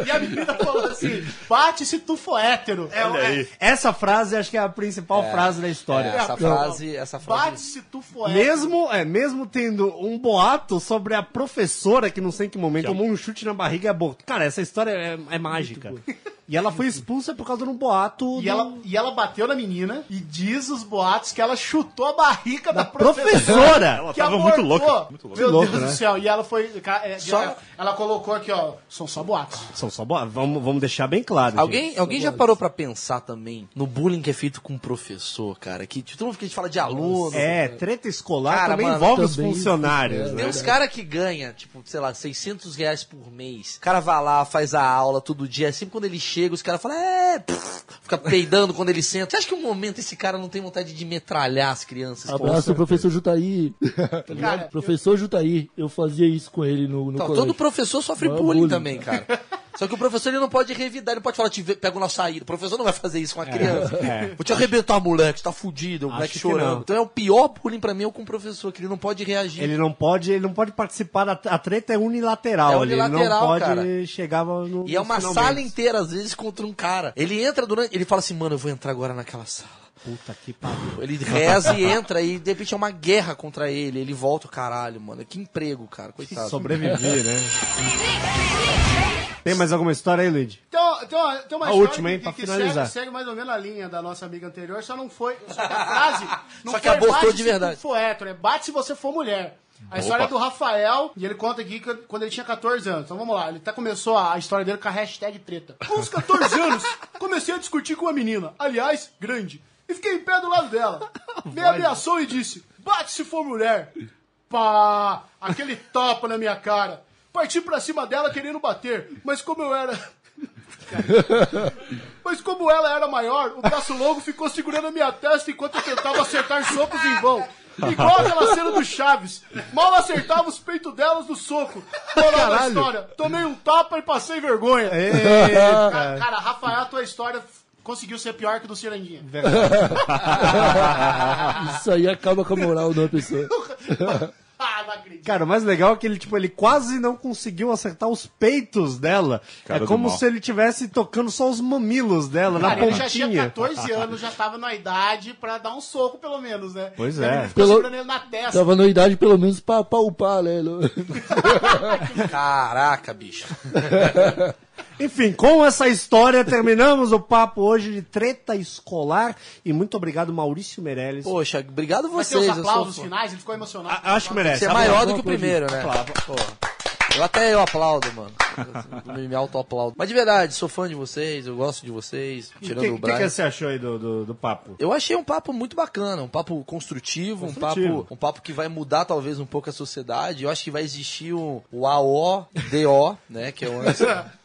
e a menina falou assim, bate se tu for hétero. É, Olha aí. Essa frase acho que é a principal frase da É, história. essa frase, essa Bate frase. se tu for hétero. Mesmo, é, mesmo tendo um boato sobre a professora que não sei em que momento tomou um chute na barriga e abortou. Cara, essa história é, é mágica. E ela foi expulsa por causa de um boato E do- ela, e ela bateu na menina e diz os boatos que ela chutou a barriga da, da professora. professora. Ela Que tava muito abortou. louca. Muito louca. Meu Louco, Deus né? do céu. E ela foi. ca- é, Só- Ela, ela colocou aqui, ó. São só boatos. São só boatos. Vamos, vamos deixar bem claro. gente. Alguém, alguém já parou pra pensar também no bullying que é feito com o professor, cara? Que tipo, todo mundo fica- a gente fala de aluno. É, treta escolar Cara, também mano, envolve os também funcionários, isso, né? Tem uns cara que ganha, tipo, sei lá, 600 reais por mês. O cara vai lá, faz a aula todo dia. Sempre quando ele chega, os caras falam, é, pff", fica peidando quando ele senta. Você acha que um momento esse cara não tem vontade de metralhar as crianças? Abraço, professor Jutaí. Tá ligado? Cara, professor Jutaí, eu fazia isso com ele no, no Então, colégio. todo professor sofre Não é bullying, bullying. também, cara. Só que o professor ele não pode revidar, ele não pode falar, te ve- pega na saída. O professor não vai fazer isso com a criança. Vou te arrebentar, moleque, tá fudido, o moleque É. que chorando. não. Então é o pior bullying pra mim é o com o professor, que ele não pode reagir. Ele não pode, ele não pode participar da a treta é unilateral, É ele não unilateral, pode cara. chegar no E é uma finalmente. sala inteira, às vezes, contra um cara. Ele entra durante. Ele fala assim, mano, eu vou entrar agora naquela sala. puta que pariu. Ele reza e entra, e de repente é uma guerra contra ele. Ele volta, caralho, mano. Que emprego, cara. Coitado. Sobreviver, né? Tem mais alguma história aí, Luigi? Então, tem uma, tem uma A história última, hein, pra finalizar. segue, segue mais ou menos a linha da nossa amiga anterior, só não foi. Só que a frase. Não Só que foi abortou bate de se verdade. tu for hétero, é bate se você for mulher. A história é do Rafael, e ele conta aqui que quando ele tinha 14 anos. Então vamos lá, ele até começou a a história dele com a hashtag treta. Com os 14 anos, comecei a discutir com uma menina, aliás, grande, e fiquei em pé do lado dela. Me ameaçou e disse: bate se for mulher. Pá! Aquele tapa na minha cara. Parti pra cima dela querendo bater, mas como eu era mas como ela era maior, o braço longo ficou segurando a minha testa enquanto eu tentava acertar socos em vão. Igual aquela cena do Chaves. Mal acertava os peitos delas no soco. Moral da história. Tomei um tapa e passei vergonha. É. cara, cara, Rafael, a tua história conseguiu ser pior que do Cirandinha. Isso aí acaba com a moral de uma pessoa. Ah, não acredito. Cara, o mais legal é que ele, tipo, ele quase não conseguiu acertar os peitos dela. é Cara do como mal. se ele tivesse tocando só os mamilos dela na Cara, ele já tinha pontinha. 14 anos, já tava na idade pra dar um soco, pelo menos, né? Pois E a é. menina ficou Pelo- segurando ele na testa. Tava na idade, pelo menos, pra palpar, né? Caraca, bicho. Enfim, com essa história terminamos o papo hoje de treta escolar e muito obrigado Maurício Meirelles. Poxa, obrigado Vai ter vocês. é os eu sou aplausos fã. finais, ele ficou emocionado. A- acho que merece. Você é Tá bom. maior do vamos que o primeiro, né? Pô, eu até eu aplaudo, mano. Eu me- me auto-aplaudo. Mas de verdade, sou fã de vocês, eu gosto de vocês. E O Tirando que, o que, Brian. que você achou aí do, do, do papo? Eu achei um papo muito bacana, um papo construtivo, Um, Construtivo. papo, um papo que vai mudar talvez um pouco a sociedade. Eu acho que vai existir um, o AODO, né? Que é o antes.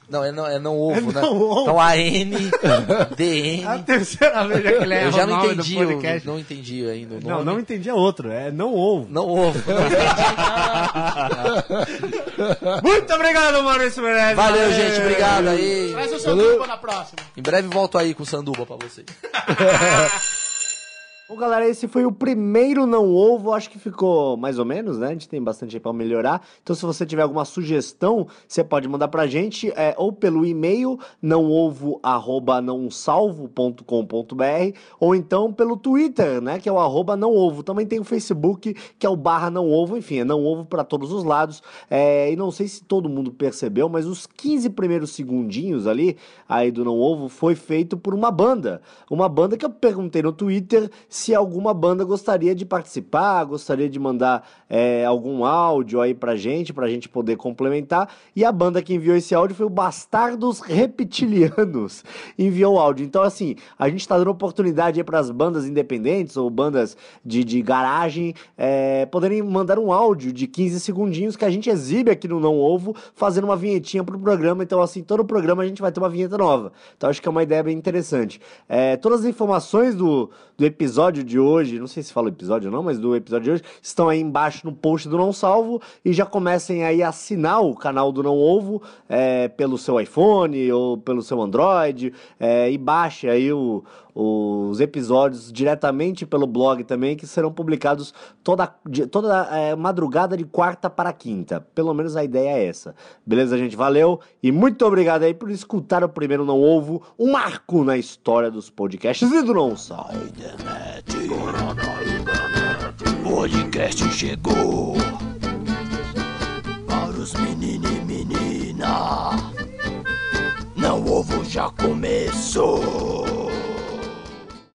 Não, é não, é não ovo, É né? não ovo. Então AN, A DN. terceira vez já que ele Eu já erra o não nome do entendi, eu podcast. não entendi ainda. o Não, nome. não entendi a outra. É não ovo. Não ovo. Muito obrigado, Maurício Meirelles. Valeu, gente. Obrigado aí. Traz o seu grupo na próxima. Em breve volto aí com sanduba pra vocês. Bom, galera, esse foi o primeiro Não Ovo. Acho que ficou mais ou menos, né? A gente tem bastante aí pra melhorar. Então, se você tiver alguma sugestão, você pode mandar pra gente é, ou pelo e-mail nãoovo.com.br ou então pelo Twitter, né? Que é o arroba não ovo. Também tem o Facebook, que é o barra não ovo. Enfim, é não ovo pra todos os lados. É, e não sei se todo mundo percebeu, mas os 15 primeiros segundinhos ali, aí do Não Ovo, foi feito por uma banda. Uma banda que eu perguntei no Twitter se alguma banda gostaria de participar, gostaria de mandar é, algum áudio aí pra gente, pra gente poder complementar. E a banda que enviou esse áudio foi o Bastardos Reptilianos. enviou o áudio. Então, assim, a gente tá dando oportunidade aí pras bandas independentes ou bandas de, de garagem é, poderem mandar um áudio de 15 segundinhos que a gente exibe aqui no Não Ovo, fazendo uma vinhetinha pro programa. Então, assim, todo programa a gente vai ter uma vinheta nova. Então, acho que é uma ideia bem interessante. É, todas as informações do, do episódio de hoje, não sei se fala episódio ou não, mas do episódio de hoje, estão aí embaixo no post do Não Salvo e já comecem aí a assinar o canal do Não Ovo é, pelo seu iPhone ou pelo seu Android é, e baixe aí o- os episódios diretamente pelo blog também, que serão publicados toda, de- toda é, madrugada de quarta para quinta. Pelo menos a ideia é essa. Beleza, gente? Valeu e muito obrigado aí por escutar o primeiro Não Ovo, um marco na história dos podcasts e do Não Salvo. podcast chegou para os menino e menina. Não ovo já começou.